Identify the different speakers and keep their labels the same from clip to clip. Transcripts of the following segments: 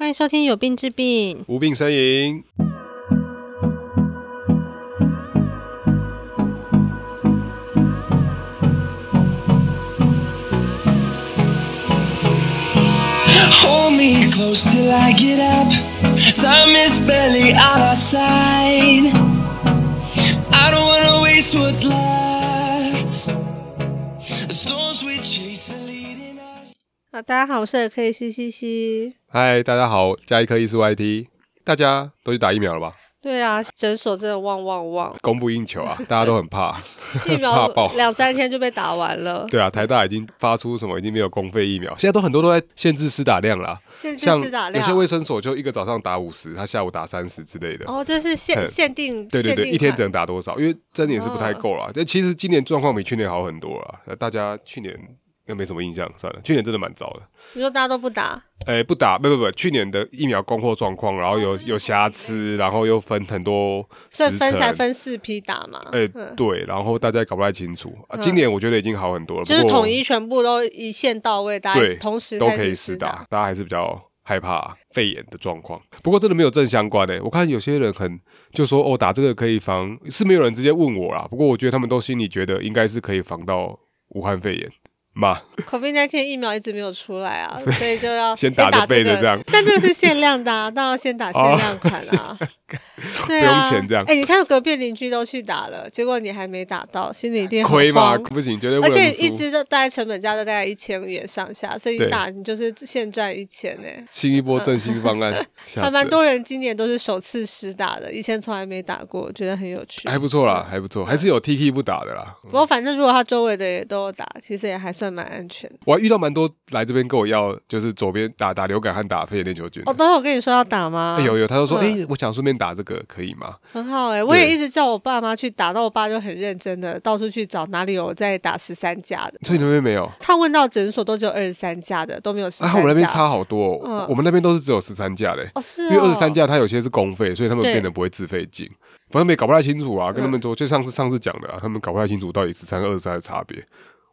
Speaker 1: 迎收听《有病治病》，
Speaker 2: 无病呻吟。
Speaker 3: Hold me close till I get up. Time is barely on our side. I don't wanna waste what's left. The storms we chase are leading us.
Speaker 1: 啊，大家好，我是 K 西西西。
Speaker 2: 嗨，大家好，加一颗医师 YT，大家都去打疫苗了吧？
Speaker 1: 对啊，诊所真的旺旺旺，
Speaker 2: 供不应 求啊，大家都很怕
Speaker 1: 疫，苗
Speaker 2: 怕爆。
Speaker 1: 两三天就被打完 了，
Speaker 2: 对啊，台大已经发出什么已经没有公费疫苗，现在都很多都在限制施打量啦，
Speaker 1: 限制
Speaker 2: 像
Speaker 1: 施打
Speaker 2: 有些
Speaker 1: 量。
Speaker 2: 卫生所就一个早上打五十，他下午打三十之类的。
Speaker 1: 哦，这是限
Speaker 2: 嗯
Speaker 1: 限定，
Speaker 2: 对对
Speaker 1: 限
Speaker 2: 对，
Speaker 1: 定哦
Speaker 2: 一天
Speaker 1: 款
Speaker 2: 只能打多少？因为真的也是不太够啦。但其实今年状况比去年好很多啦。呃大家去年应该没什么印象，算了，去年真的蛮糟的。
Speaker 1: 你说大家都不打，
Speaker 2: 哎，不打，不不不，去年的疫苗供货状况，然后
Speaker 1: 哦
Speaker 2: 有有瑕疵，然后又分很多
Speaker 1: 所以
Speaker 2: 时
Speaker 1: 分嗯
Speaker 2: 辰，
Speaker 1: 才分四批打嘛。
Speaker 2: 哎、对，然后大家也搞不太清楚、啊。今年我觉得已经好很多了，
Speaker 1: 嗯就是
Speaker 2: 不过
Speaker 1: 统一全部都一线到位，大家
Speaker 2: 对，
Speaker 1: 同时
Speaker 2: 都
Speaker 1: 开
Speaker 2: 可以
Speaker 1: 始
Speaker 2: 试
Speaker 1: 施
Speaker 2: 打，。大家还是比较害怕肺炎的状况。不过真的没有正相关诶、欸我看有些人很就说哦，打这个可以防，是没有人直接问我啦。不过我觉得他们都心里觉得应该是可以防到武汉肺炎 嘛。
Speaker 1: COVID 1 9疫苗一直没有出来啊，所以就要
Speaker 2: 先打
Speaker 1: 打
Speaker 2: 着备着
Speaker 1: 个
Speaker 2: 这样
Speaker 1: 但这个是限量的、啊，当然要先打限
Speaker 2: 哦
Speaker 1: 量款啊。对
Speaker 2: 不用
Speaker 1: 啊，
Speaker 2: 钱这样
Speaker 1: 哎、你看隔壁邻居都去打了，结果你还没打到，心里一定很
Speaker 2: 亏嘛，
Speaker 1: 慌
Speaker 2: 不行，绝对不
Speaker 1: 而
Speaker 2: 能
Speaker 1: 且
Speaker 2: 输
Speaker 1: 一支的大概成本价都大概一千元上下，所以你
Speaker 2: 对
Speaker 1: 打你就是现赚一千呢、欸。
Speaker 2: 新一波振兴方案， 吓
Speaker 1: 还
Speaker 2: 死
Speaker 1: 蛮
Speaker 2: 人。
Speaker 1: 多人今年都是首次实打的，以前从来没打过，觉得很有趣。
Speaker 2: 还不错啦，还不错，还是有 TK 不打的啦。
Speaker 1: 不过反正如果他周围的也都有打，其实也还算蛮安全的。
Speaker 2: 我还遇到蛮多来这边跟我要，就是左边打打流感和打肺炎链球菌的。
Speaker 1: 哦，都有跟你说要打吗？
Speaker 2: 欸有有，他就说，哎、
Speaker 1: 嗯
Speaker 2: 我想顺便打这个，可以吗？
Speaker 1: 很好哎、我也
Speaker 2: 对
Speaker 1: 一直叫我爸妈去打，但我爸就很认真的到处去找哪里有在打十三价的。
Speaker 2: 所以你那边没有啊？
Speaker 1: 他问到诊所都只有二十三价的，都没有十三价。
Speaker 2: 我们那边差好多、哦，
Speaker 1: 嗯
Speaker 2: 我们那边都是只有十三价的、
Speaker 1: 哦，是
Speaker 2: 因
Speaker 1: 哦
Speaker 2: 为二十三价它有些是公费，所以他们
Speaker 1: 对嗯
Speaker 2: 变得不会自费进。反正没搞不太清楚啊，跟他们说，就上次上次讲的啊，他们搞不太清楚到底十三二十三的差别。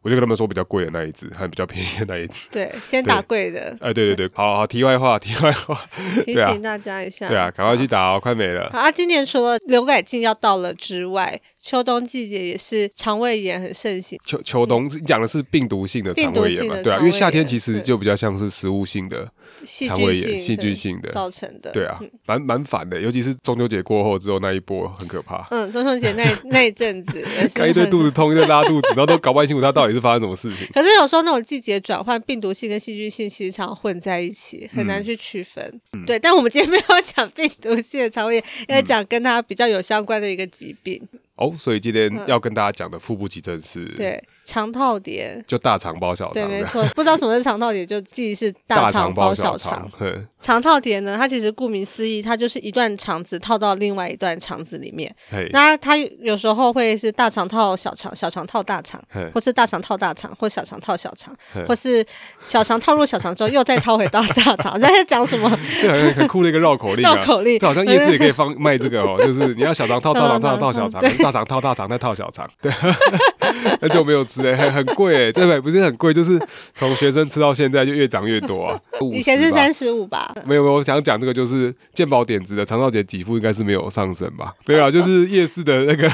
Speaker 2: 我就跟他们说比较贵的那一只，还比较便宜的那一只。
Speaker 1: 对，先打贵的，
Speaker 2: 哎，对对对，好好，题外话，题外话，
Speaker 1: 提
Speaker 2: 对啊
Speaker 1: 醒大家一下。
Speaker 2: 对啊，赶快去打哦，快没了。
Speaker 1: 好啊，今年除了流感季要到了之外，秋冬季节也是肠胃炎很盛行。
Speaker 2: 秋秋冬是你讲的是病毒性的
Speaker 1: 病
Speaker 2: 肠
Speaker 1: 毒
Speaker 2: 胃
Speaker 1: 性
Speaker 2: 炎嘛
Speaker 1: 的？
Speaker 2: 对啊，
Speaker 1: 肠
Speaker 2: 因为
Speaker 1: 胃
Speaker 2: 夏天
Speaker 1: 炎
Speaker 2: 其实
Speaker 1: 对
Speaker 2: 就比较像是食物性的
Speaker 1: 细
Speaker 2: 肠胃
Speaker 1: 菌性
Speaker 2: 炎细菌
Speaker 1: 的
Speaker 2: 性的
Speaker 1: 造成的。
Speaker 2: 对啊，蛮蛮烦的，尤其是中秋节过后之后那一波很可怕，
Speaker 1: 嗯，中秋节那那一阵 子也是
Speaker 2: 看一堆
Speaker 1: 很
Speaker 2: 肚子痛，一堆拉肚 子，然后都搞不太清楚它到底是发生什么事情。
Speaker 1: 可是有时候那种季节转换，病毒性跟细菌性其实常混在一起，很难去区分。对，但我们今天没有讲病毒性的肠胃炎，要讲跟它比较有相关的一个疾病，
Speaker 2: 哦，所以今天要跟大家讲的腹部急症是，
Speaker 1: 对，肠套叠。
Speaker 2: 就大肠包小
Speaker 1: 对，
Speaker 2: 肠
Speaker 1: 没
Speaker 2: 的，
Speaker 1: 错， 不知道什么是肠套叠，就记忆是
Speaker 2: 大
Speaker 1: 肠
Speaker 2: 包
Speaker 1: 小
Speaker 2: 肠。。 哼
Speaker 1: 肠套叠呢，它其实顾名思义，它就是一段肠子套到另外一段肠子里面。
Speaker 2: 嘿，
Speaker 1: 那它有时候会是大肠套小肠，小肠套大肠
Speaker 2: 嘿，
Speaker 1: 或是大肠套大肠，或小肠套小肠
Speaker 2: 嘿，
Speaker 1: 或是小肠套入小肠之后又再套回到大 肠。在讲什么？
Speaker 2: 这好像很酷的一个绕口令啊！
Speaker 1: 绕口令
Speaker 2: 这好像夜市也可以放卖这个哦，就是你要小肠套
Speaker 1: 小
Speaker 2: 大肠
Speaker 1: 肠
Speaker 2: 套
Speaker 1: 套
Speaker 2: 套小肠
Speaker 1: 对，
Speaker 2: 大肠套大肠再套小肠。对， 很久没有吃哎，很很贵哎，这本不是很贵，就是从学生吃到现在就越涨越多啊。
Speaker 1: 以前是
Speaker 2: 50吧
Speaker 1: 三十五 吧？
Speaker 2: 没有没有，我想讲这个就是鉴宝点子的肠道节给付应该是没有上升吧？对啊，就是夜市的那 个，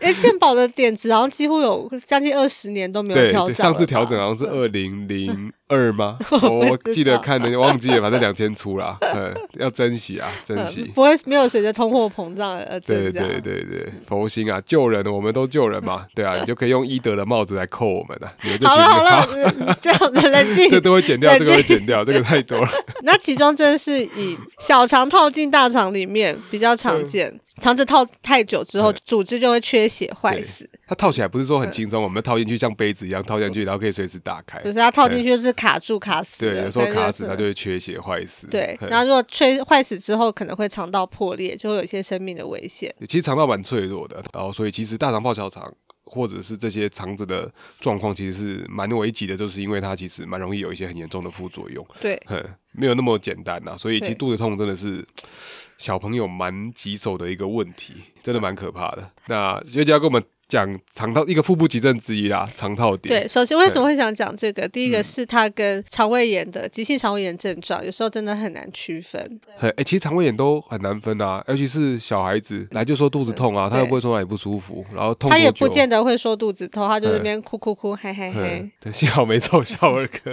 Speaker 1: 因为健保的点值好像几乎有将近二十年都没有
Speaker 2: 对
Speaker 1: 调整了
Speaker 2: 对，
Speaker 1: 吧。
Speaker 2: 上次调整好像是二零零二 吗？我我记得看的忘记了，反正两千出啦，嗯，要珍惜啊，珍
Speaker 1: 嗯
Speaker 2: 惜。
Speaker 1: 不会没有随着通货膨胀而
Speaker 2: 对
Speaker 1: 增加。
Speaker 2: 对对对，佛心啊，救人，我们都救人 嘛，对啊，你就可以用医德的帽子来扣我们啊，你们这
Speaker 1: 好
Speaker 2: 群
Speaker 1: 了好
Speaker 2: 人，
Speaker 1: 了，嗯这样子冷静。
Speaker 2: 这都会剪掉，
Speaker 1: 冷
Speaker 2: 这个会
Speaker 1: 静
Speaker 2: 剪掉，这个太多 了。
Speaker 1: 那其中真的是以小肠套进大肠里面比较常
Speaker 2: 嗯
Speaker 1: 见，肠子套太久之后，组织就会缺血坏死。
Speaker 2: 它套起来不是
Speaker 1: 嗯
Speaker 2: 说很轻松，我们套进去像杯子一样套进去，然后可以随时打开
Speaker 1: 可。是它啊套进去就是卡住卡死了，
Speaker 2: 对，有时候
Speaker 1: 反正
Speaker 2: 卡死它
Speaker 1: 是
Speaker 2: 就会缺血坏死。
Speaker 1: 对。
Speaker 2: 嗯
Speaker 1: 然后如果缺坏死之后，可能会肠道破裂，就会有一些生命的危险。
Speaker 2: 其实肠道蛮脆弱的，然后所以其实大肠泡小肠或者是这些肠子的状况，其实是蛮危急的，就是因为它其实蛮容易有一些很严重的副作用，
Speaker 1: 对，
Speaker 2: 哼，没有那么简单呐、啊所以其实
Speaker 1: 对
Speaker 2: 肚子痛真的是小朋友蛮棘手的一个问题，真的蛮可怕的。那学姐要跟我们讲肠道一个腹部急症之一啦，肠套叠。
Speaker 1: 对，首先为什么会想讲这个？第
Speaker 2: 嗯
Speaker 1: 一个是它跟肠胃炎的急性肠胃炎症状，有时候真的很难区分。
Speaker 2: 很哎、欸其实肠胃炎都很难分啊，尤其是小孩子来就说肚子痛啊，他又不会说哪里不舒服，然后痛
Speaker 1: 他也
Speaker 2: 多
Speaker 1: 不
Speaker 2: 久？
Speaker 1: 见得会说肚子痛，他就
Speaker 2: 对
Speaker 1: 那边哭哭哭，嘿嘿嘿
Speaker 2: 嗯。，对，幸好没凑小儿科。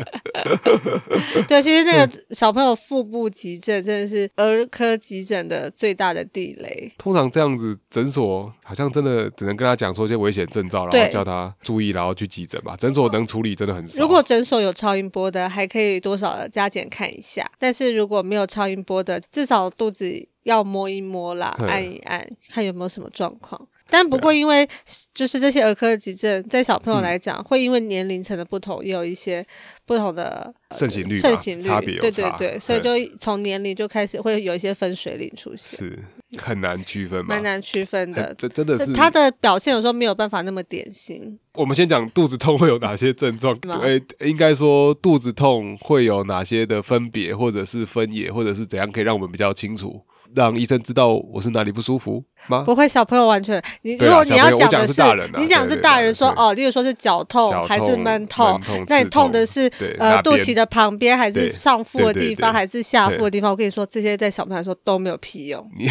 Speaker 1: 对，其实
Speaker 2: 嗯
Speaker 1: 那个小朋友腹部急症真的是儿科急诊的最大的地雷。
Speaker 2: 通常这样子，诊所好像真的只能跟他讲说一些危险症状，然
Speaker 1: 对
Speaker 2: 后叫他注意，然后去急诊吧。诊所能处理真的很少。
Speaker 1: 如果诊所有超音波的，还可以多少加减看一下。但是如果没有超音波的，至少肚子要摸一摸啦，
Speaker 2: 嗯
Speaker 1: 按一按，看有没有什么状况。但
Speaker 2: 啊
Speaker 1: 不过，因为就是这些儿科急症，在小
Speaker 2: 嗯
Speaker 1: 朋友来讲，会因为年龄层的不同，也有一些不同的呃
Speaker 2: 盛行率嘛
Speaker 1: 盛行率
Speaker 2: 差别有
Speaker 1: 对对
Speaker 2: 差
Speaker 1: 对，所以就从年龄就开始会有一些分水岭出现，
Speaker 2: 是很难区分嘛
Speaker 1: 蛮，难区分的
Speaker 2: 很。这真的是
Speaker 1: 他的表现有时候没有办法那么典型，
Speaker 2: 我们先讲肚子痛会有哪些症状？
Speaker 1: 吗
Speaker 2: 对，应该说肚子痛会有哪些的分别，或者是分野，或者是怎样可以让我们比较清楚，让医生知道我是哪里不舒服吗？
Speaker 1: 不会，小朋友完全。你
Speaker 2: 对
Speaker 1: 如
Speaker 2: 啊
Speaker 1: 果你要
Speaker 2: 小朋友我讲
Speaker 1: 的
Speaker 2: 是大人啊
Speaker 1: 你讲的
Speaker 2: 对
Speaker 1: 是
Speaker 2: 对
Speaker 1: 大
Speaker 2: 对
Speaker 1: 人说
Speaker 2: 对
Speaker 1: 哦，例如说是脚痛
Speaker 2: 脚
Speaker 1: 还是
Speaker 2: 痛
Speaker 1: 闷痛
Speaker 2: 闷痛，
Speaker 1: 那你
Speaker 2: 刺
Speaker 1: 痛的
Speaker 2: 痛
Speaker 1: 是
Speaker 2: 对
Speaker 1: 呃
Speaker 2: 哪
Speaker 1: 肚脐
Speaker 2: 边
Speaker 1: 的旁边还是
Speaker 2: 对
Speaker 1: 上腹的
Speaker 2: 对对
Speaker 1: 地方
Speaker 2: 对
Speaker 1: 还是下腹的
Speaker 2: 对
Speaker 1: 地方？我跟你说，这些在小朋友来说都没有屁用。
Speaker 2: 你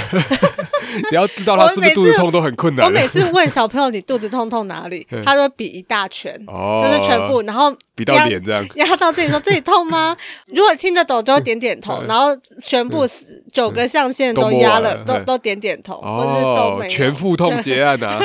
Speaker 2: 要知道他是不是肚子痛都很困
Speaker 1: 我
Speaker 2: 难。啊
Speaker 1: 每次问小朋友你肚子痛痛哪里，他都比一大圈，
Speaker 2: 嗯哦
Speaker 1: 就是全部，然后
Speaker 2: 比到
Speaker 1: 压
Speaker 2: 脸这样
Speaker 1: 压到这里说这里痛吗？如果听得懂就点点头，然后全部四九个象限
Speaker 2: 嗯都
Speaker 1: 都
Speaker 2: 摸
Speaker 1: 压
Speaker 2: 完
Speaker 1: 了，
Speaker 2: 了
Speaker 1: 都
Speaker 2: 嗯
Speaker 1: 都点点头，或者是都没
Speaker 2: 哦
Speaker 1: 有，
Speaker 2: 全腹痛结 案啊！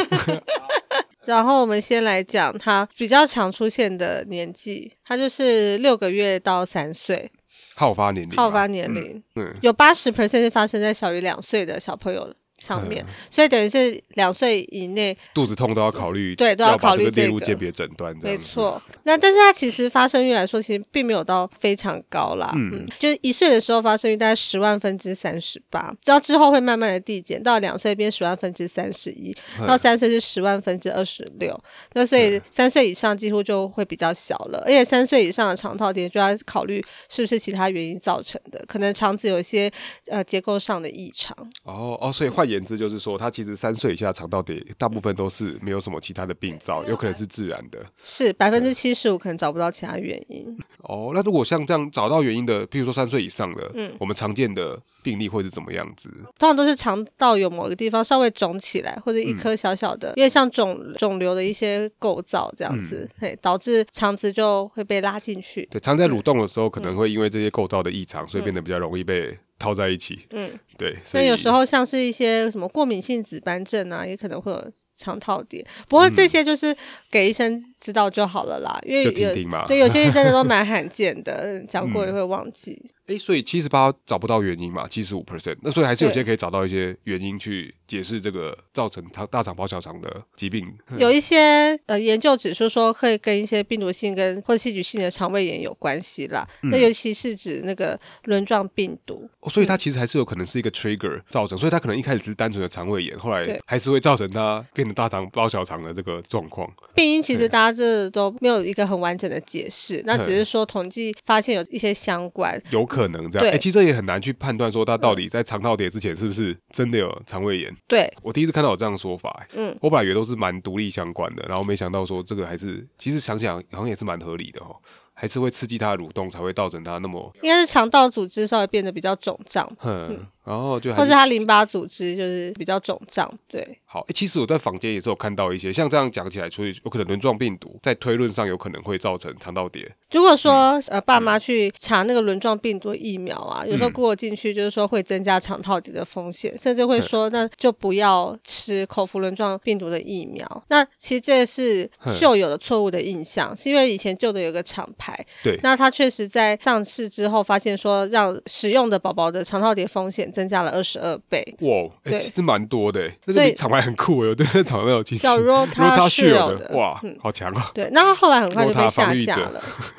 Speaker 1: 然后我们先来讲他比较常出现的年纪，他就是六个月到三岁，
Speaker 2: 好发年龄啊，
Speaker 1: 好发年龄、
Speaker 2: 嗯
Speaker 1: 有八十 percent 是发生在小于两岁的小朋友上面，所以等于是两岁以内，
Speaker 2: 肚子痛都要考虑，
Speaker 1: 对都要考虑
Speaker 2: 把这个列
Speaker 1: 这
Speaker 2: 入
Speaker 1: 个
Speaker 2: 鉴别诊断，这
Speaker 1: 没
Speaker 2: 样子。
Speaker 1: 错。那但是它其实发生率来说，其实并没有到非常高啦，嗯，就是一岁的时候发生率大概十万分之三十八，到之后会慢慢的递减，到两岁变十万分之三十一，到三岁是十万分之二十六，那所以三岁以上几乎就会比较小了，而且三岁以上的肠套叠就要考虑是不是其他原因造成的，可能肠子有一些呃结构上的异常，
Speaker 2: 哦哦，所以换言之就是说，他其实三岁以下肠道叠大部分都是没有什么其他的病灶，
Speaker 1: 啊
Speaker 2: 有可能是自然的。
Speaker 1: 是百分之七十五可能找不到其他原因。
Speaker 2: 哦，那如果像这样找到原因的，譬如说三岁以上的，
Speaker 1: 嗯
Speaker 2: 我们常见的病例会是怎么样子？
Speaker 1: 通常都是肠道有某个地方稍微肿起来，或者一
Speaker 2: 嗯
Speaker 1: 颗小小的，因为像肿肿瘤的一些构造这样
Speaker 2: 嗯
Speaker 1: 子，嘿，导致肠子就会被拉进去。
Speaker 2: 对，常在蠕动的时候，可能
Speaker 1: 嗯
Speaker 2: 会因为这些构造的异常，所以变得比较容易被套在一起。
Speaker 1: 嗯，
Speaker 2: 对，
Speaker 1: 所
Speaker 2: 所
Speaker 1: 以
Speaker 2: 以
Speaker 1: 有时候像是一些什么过敏性紫斑症啊，也可能会有肠套叠。不过这些就是给医生知道就好了啦，因为
Speaker 2: 就
Speaker 1: 有
Speaker 2: 听听嗯嘛
Speaker 1: 对有些真的都蛮罕见 的，讲过也会忘记。
Speaker 2: 诶，所以七十八找不到原因嘛，七十五 percent，那所以还是有
Speaker 1: 对
Speaker 2: 些可以找到一些原因去解释这个造成肠大肠包小肠的疾病。
Speaker 1: 有一些呃研究指出说，会跟一些病毒性跟或细菌性的肠胃炎有关系啦。
Speaker 2: 嗯
Speaker 1: 那尤其是指那个轮状病毒，
Speaker 2: 哦所以它其实还是有可能是一个 trigger 造成，所以它可能一开始只是单纯的肠胃炎，后来
Speaker 1: 对
Speaker 2: 还是会造成它变得大肠包小肠的这个状况。
Speaker 1: 病因其实大家这都没有一个很完整的解释，那只是说统计发现有一些相关。
Speaker 2: 有可能这样。哎、
Speaker 1: 对
Speaker 2: 其实这也很难去判断说他到底在肠套叠之前是不是真的有肠胃炎。
Speaker 1: 对，
Speaker 2: 我第一次看到有这样的说法、欸，嗯，我本来以为都是蛮独立相关的，然后没想到说这个还是，其实想想好像也是蛮合理的哦，还是会刺激它的蠕动，才会造成它那么，
Speaker 1: 应该是肠道组织稍微变得比较肿胀，
Speaker 2: 哼，然后就
Speaker 1: 嗯
Speaker 2: 还
Speaker 1: 或
Speaker 2: 是
Speaker 1: 是它淋巴组织就是比较肿胀。对，
Speaker 2: 好、欸。其实我在坊间也是有看到一些像这样讲起来，所以有可能轮状病毒在推论上有可能会造成肠道叠，
Speaker 1: 如果说呃爸妈去查那个轮状病毒疫苗啊，有时候过进去就是说会增加肠套叠的风险，甚至会说那就不要吃口服轮状病毒的疫苗。那其实这是旧有的错误的印象，是因为以前旧的有个厂牌，
Speaker 2: 对
Speaker 1: 那它确实在上市之后发现说让使用的宝宝的肠套叠风险增加了二十二倍。
Speaker 2: 哇，哎、
Speaker 1: 对
Speaker 2: 其实蛮多的、欸，那
Speaker 1: 所
Speaker 2: 个
Speaker 1: 以
Speaker 2: 厂牌很酷、欸，我对那厂牌有 兴趣。
Speaker 1: 叫 Rota
Speaker 2: 他
Speaker 1: Shield
Speaker 2: 的，哇，
Speaker 1: 嗯
Speaker 2: 好强哦、
Speaker 1: 对，那它后来很快就被
Speaker 2: Rota
Speaker 1: 下
Speaker 2: 防御
Speaker 1: 架
Speaker 2: 者
Speaker 1: 了。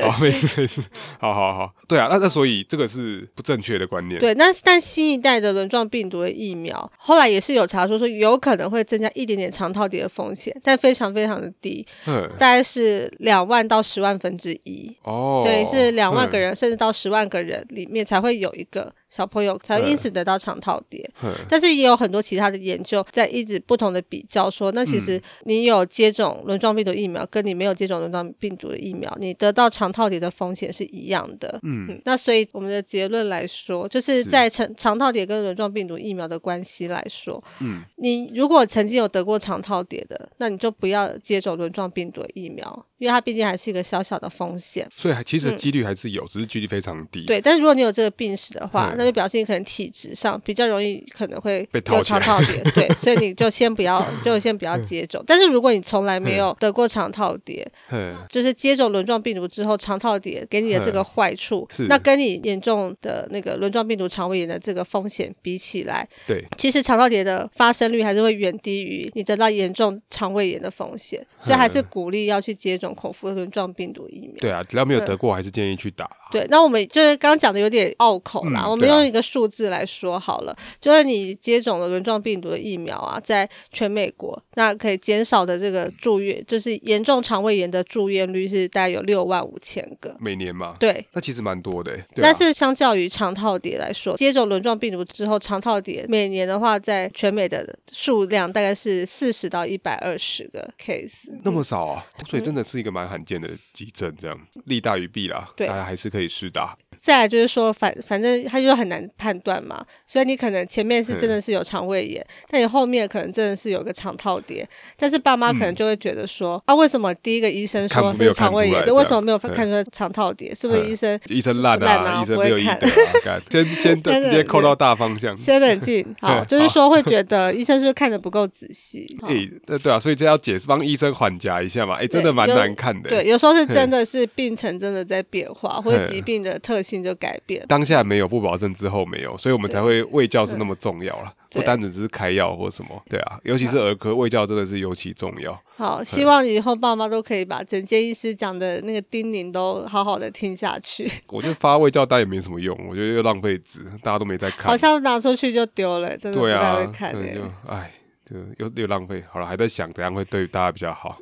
Speaker 2: 好，没事没事，好好好，对啊，那那所以这个是不正确的观念，，
Speaker 1: 对，那但新一代的轮状病毒的疫苗，后来也是有查出说有可能会增加一点点肠套叠的风险，但非常非常的低，
Speaker 2: 嗯，
Speaker 1: 大概是两万到十万分之一。
Speaker 2: 哦，
Speaker 1: 对，是两万个
Speaker 2: 嗯，
Speaker 1: 人、甚至到十万个人里面才会有一个小朋友才会因此得到肠套叠。
Speaker 2: 嗯
Speaker 1: 但是也有很多其他的研究在一直不同的比较说，那其实你有接种轮状病毒疫苗，跟你没有接种轮状病毒的疫苗，你得到肠套叠的风险是一样的。
Speaker 2: 嗯，
Speaker 1: 那所以我们的结论来说，就是
Speaker 2: 是
Speaker 1: 在肠肠套叠跟轮状病毒疫苗的关系来说，嗯，你如果曾经有得过肠套叠的，那你就不要接种轮状病毒的疫苗，因为它毕竟还是一个小小的风险。
Speaker 2: 所以还其实几率还是有，只是几率非常低。，
Speaker 1: 嗯对，但是如果你有这个病史的话
Speaker 2: 嗯，
Speaker 1: 那就表示你可能体质上比较容易可能会
Speaker 2: 被套
Speaker 1: 有
Speaker 2: 起
Speaker 1: 肠
Speaker 2: 来
Speaker 1: 套叠，对，所以你就先不 要，就先不要接种。但是如果你从来没有得过肠套叠，
Speaker 2: 嗯，
Speaker 1: 就是接种轮状病毒之后，肠套叠给你的这个坏处，
Speaker 2: 是
Speaker 1: 那跟你严重的那个轮状病毒肠胃炎的这个风险比起来，
Speaker 2: 对，
Speaker 1: 其实肠道炎的发生率还是会远低于你得到严重肠胃炎的风险，所
Speaker 2: 嗯
Speaker 1: 以还是鼓励要去接种口服轮状病毒疫苗。
Speaker 2: 对啊，只要没有得过，还是建议去打啦。
Speaker 1: 对，那我们就是刚刚讲的有点拗口啦，
Speaker 2: 嗯
Speaker 1: 我们
Speaker 2: 对啊
Speaker 1: 用一个数字来说好了，就是你接种了轮状病毒的疫苗啊，在全美国，那可以减少的这个住院，就是严重肠胃炎的住院率是大概有六万五千个。
Speaker 2: 每年嘛，
Speaker 1: 对，
Speaker 2: 那其实蛮多的欸。对啊
Speaker 1: 但是相较于肠套叠来说，接种轮状病毒之后，肠套叠每年的话，在全美的数量大概是四十到一百二十个 case。
Speaker 2: 那么少啊，
Speaker 1: 嗯
Speaker 2: 所以真的是一个蛮罕见的急症，这样利大于弊啦，
Speaker 1: 对
Speaker 2: 大家还是可以试打。
Speaker 1: 再来就是说，反反正它就很难判断嘛，所以你可能前面是真的是有肠胃炎，但你后面可能真的是有个肠套叠，但是爸妈可能就会觉得说，啊，为什么第一个医生
Speaker 2: 嗯看
Speaker 1: 说
Speaker 2: 不没有
Speaker 1: 是肠胃
Speaker 2: 看出来
Speaker 1: 炎，
Speaker 2: 这
Speaker 1: 对，
Speaker 2: 样
Speaker 1: 为什么没有
Speaker 2: 嗯
Speaker 1: 看出来肠套叠？是不是医生？
Speaker 2: 医生烂
Speaker 1: 烂
Speaker 2: 啊，
Speaker 1: 啊
Speaker 2: 医生
Speaker 1: 不
Speaker 2: 没
Speaker 1: 会
Speaker 2: 有医
Speaker 1: 看
Speaker 2: 德啊， 干先先
Speaker 1: 真的
Speaker 2: 直接扣到大方向。
Speaker 1: 先冷 静，好，
Speaker 2: 嗯
Speaker 1: 就是说会觉得医生是不是看的不够仔细， 好
Speaker 2: 诶，那对啊，所以这要解释帮医生缓夹一下嘛。哎诶，真的蛮
Speaker 1: 有
Speaker 2: 难看的。
Speaker 1: 对，，有时候是真的是病程真的在变化，或者疾病的特性就改 变。
Speaker 2: 当下没有不保证之后没有，所以我们才会胃教是那么重要啦，
Speaker 1: 对
Speaker 2: 不单只是开药或什么。对啊，尤其是儿科胃教真的是尤其重要。
Speaker 1: 好，希望以后爸妈都可以把整间医师讲的那个叮咛都好好的听下去，
Speaker 2: 我觉得发胃教单也没什么用，我觉得又浪费纸，大家都没在看。
Speaker 1: 好像拿出去就丢了，真的不
Speaker 2: 对
Speaker 1: 太
Speaker 2: 啊，
Speaker 1: 会看
Speaker 2: 对
Speaker 1: 欸
Speaker 2: 就哎，就又又浪费。好了，还在想怎样会对大家比 较好。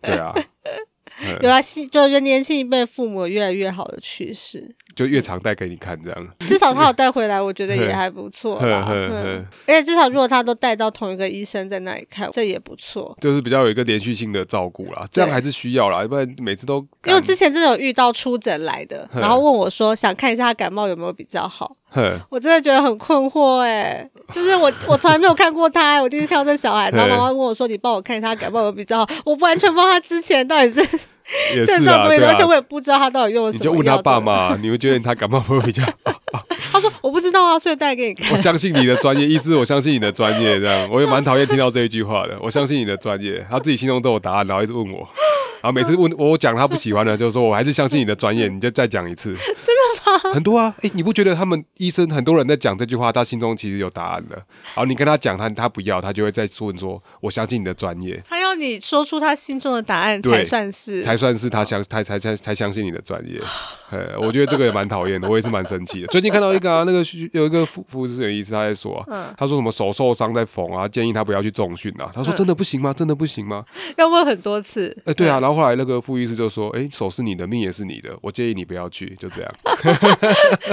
Speaker 2: 对啊，
Speaker 1: 有啊，新就是年轻一辈父母有越来越好的趋 势，
Speaker 2: 就越常带给你看这样。
Speaker 1: 至少他有带回来，我觉得也还不错啦。
Speaker 2: 呵呵呵
Speaker 1: 嗯，而且至少如果他都带到同一个医生在那里看，这也不错。
Speaker 2: 就是比较有一个连续性的照顾啦，这样
Speaker 1: 对
Speaker 2: 还是需要啦，要不然每次都
Speaker 1: 因为我
Speaker 2: 干
Speaker 1: 之前真的有遇到出诊来的，然后问我说想看一下他感冒有没有比较好，
Speaker 2: 哼
Speaker 1: 我真的觉得很困惑哎、 就是我我从来没有看过他、我第一次看到这小孩，然后妈妈问我说：“你帮我看一下他感冒有没有比较好？”我完全不知道他之前到底是
Speaker 2: 也
Speaker 1: 症
Speaker 2: 是
Speaker 1: 状
Speaker 2: 啊，
Speaker 1: 多严重，
Speaker 2: 对啊
Speaker 1: 而且，我也不知道他到底用了
Speaker 2: 你
Speaker 1: 什
Speaker 2: 就
Speaker 1: 么
Speaker 2: 问
Speaker 1: 药。
Speaker 2: 他爸，妈， 你会觉得他感冒会比较 好。
Speaker 1: 他说：“我不知道啊，所以带给你看
Speaker 2: 我。相信你的专业，医师，我相信你的专业，这样我也蛮讨厌听到这一句话的。我相信你的专业，他自己心中都有答案，然后一直问我，然后每次问我 讲他不喜欢的，就说我还是相信你的专业，你就再讲一次。真的吗？很多啊，诶，你不觉得他们医生很多人在讲这句话，他心中其实有答案的，然后你跟他讲他他不要，他就会再问说我相信你的专业。”
Speaker 1: 他要你说出他心中的答案
Speaker 2: 对
Speaker 1: 才算是。
Speaker 2: 才算是他相才才才才相信你的专业。 呃，我觉得这个也蛮讨厌的，我也是蛮生气的。最近看到一个啊，那个虚有一个副副职员医师他在说啊，他说什么手受伤在缝啊，建议他不要去重训啊。他说真的不行吗？真的不行吗？
Speaker 1: 要问很多次。
Speaker 2: 哎，对啊。然后后来那个副医师就说，哎，手是你的，命也是你的，我建议你不要去，就这样。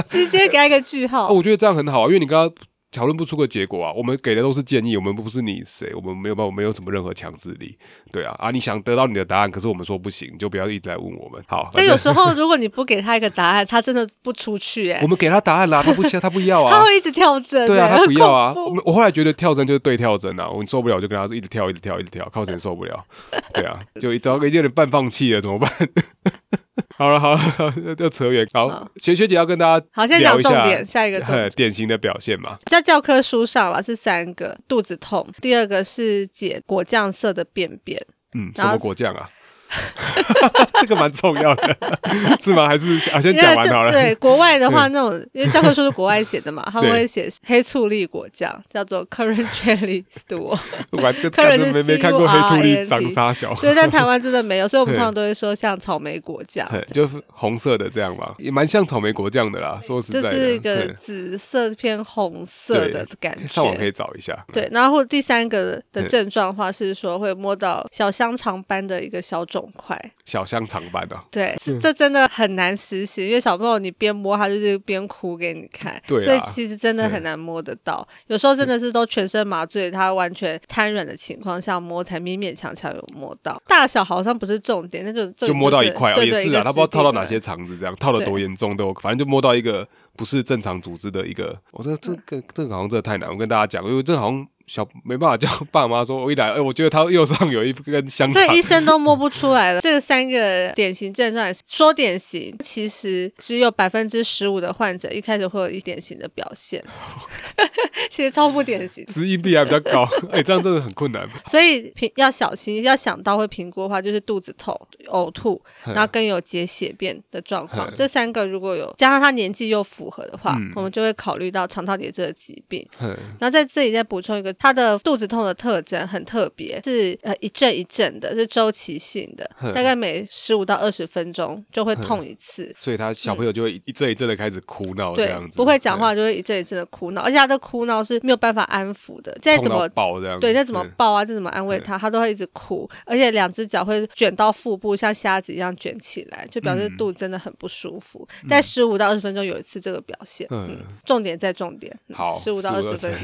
Speaker 1: 直接给他一个句号。
Speaker 2: 啊，我觉得这样很好啊，因为你刚刚。讨论不出个结果啊！我们给的都是建议，我们不是你谁，我们没有办法，没有什么任何强制力，对啊啊！你想得到你的答案，可是我们说不行，你就不要一直来问我们。好，
Speaker 1: 但有时候如果你不给他一个答案，他真的不出去哎、
Speaker 2: 我们给他答案啦、他不想，他不要 啊
Speaker 1: 他。会一直跳针、欸。
Speaker 2: 对啊，他
Speaker 1: 很
Speaker 2: 不要啊！
Speaker 1: 恐
Speaker 2: 我
Speaker 1: 怖
Speaker 2: 们我后来觉得跳针就是对跳针啊，我受不了，我就跟他说一直跳，一直跳，一直跳，靠绳受不了。对啊，就一到一点点半放弃了，怎么办？ 好了好了，要扯远。好
Speaker 1: 好，
Speaker 2: 学学姐要跟大家
Speaker 1: 好现在讲
Speaker 2: 聊一下
Speaker 1: 重点下一个重点
Speaker 2: 呃典型的表现嘛，
Speaker 1: 在教科书上了是三个：肚子痛，第二个是解果酱色的便便，
Speaker 2: 嗯，什
Speaker 1: 然后
Speaker 2: 么果酱啊？ 这个蛮重要的，是吗？还是啊，先讲完好了。
Speaker 1: 对国外的话，
Speaker 2: 嗯
Speaker 1: 那种因为教科书是国外写的 嘛，他们
Speaker 2: 对
Speaker 1: 会写黑醋栗果酱，叫做 currant jelly stool。
Speaker 2: 我还跟
Speaker 1: 客人
Speaker 2: 真
Speaker 1: 是
Speaker 2: 没没看过
Speaker 1: C U R
Speaker 2: 黑醋栗
Speaker 1: N T
Speaker 2: 长沙小，
Speaker 1: 所以在台湾真的没有，所以我们通常都会说像草莓果酱。
Speaker 2: 嘿就是红色的这样吧，也蛮像草莓果酱的啦。说实
Speaker 1: 这
Speaker 2: 在的，
Speaker 1: 是一个
Speaker 2: 嘿
Speaker 1: 紫色偏红色的
Speaker 2: 对
Speaker 1: 感觉，
Speaker 2: 上网可以找一下。
Speaker 1: 对，然后第三个的
Speaker 2: 嗯
Speaker 1: 症状的话是说会摸到小香肠般的一个小肿肿块。
Speaker 2: 小香肠版啊的、
Speaker 1: 对，是这真的很难实行，因为小朋友你边摸他就是边哭给你看，
Speaker 2: 对啊
Speaker 1: 所以其实真的很难摸得到。有时候真的是都全身麻醉，他完全瘫软的情况下摸，才勉勉强强有摸到。大小好像不是重点，那就重点
Speaker 2: 就摸到一块啊，
Speaker 1: 对
Speaker 2: 也
Speaker 1: 对
Speaker 2: 是
Speaker 1: 一个
Speaker 2: 啊，他不知道
Speaker 1: 指
Speaker 2: 套到
Speaker 1: 定
Speaker 2: 哪
Speaker 1: 的
Speaker 2: 些肠子，这样套的多
Speaker 1: 对
Speaker 2: 严重都有，反正就摸到一个不是正常组织的一个。我、说这个这个好像真的太难，我跟大家讲，因为这好像小没办法叫爸妈说，我 一来，哎、我觉得他右上有一根香肠
Speaker 1: 所，以医生都摸不出来了。这三个典型症状说典型，其实只有百分之十五的患者一开始会有一典型的表现， 其实超不典型。
Speaker 2: 值硬币还比较 高，哎、这样真的很困难。
Speaker 1: 所以评要小心，要想到会评估的话，就是肚子痛、呕吐，然后更有解血便的状况。这三个如果有加上他年纪又符合的
Speaker 2: 嗯
Speaker 1: 话，我们就会考虑到肠套叠这个疾病。然后在这里再补充一个，他的肚子痛的特征很特别，是呃一阵一阵的，是周期性的，大概每十五到二十分钟就会痛一次。
Speaker 2: 所以他小朋友就会一阵一阵的开始哭闹，哦这
Speaker 1: 嗯对
Speaker 2: 样，子
Speaker 1: 不会讲话就会一阵一阵的哭闹，而且他的哭闹是没有办法安抚的，再
Speaker 2: 对
Speaker 1: 怎
Speaker 2: 痛到
Speaker 1: 么
Speaker 2: 爆这样
Speaker 1: 嗯
Speaker 2: 子，
Speaker 1: 对，再怎么抱啊，再怎么安慰他，他都会一直哭，而且两只脚会卷到腹部，像虾子一样卷起来，就表示肚子真的很不舒服。在十五到二十分钟有一次这个表现，
Speaker 2: 嗯
Speaker 1: 嗯，重点在重点，嗯
Speaker 2: 好，
Speaker 1: 十五到二十分钟。 嗯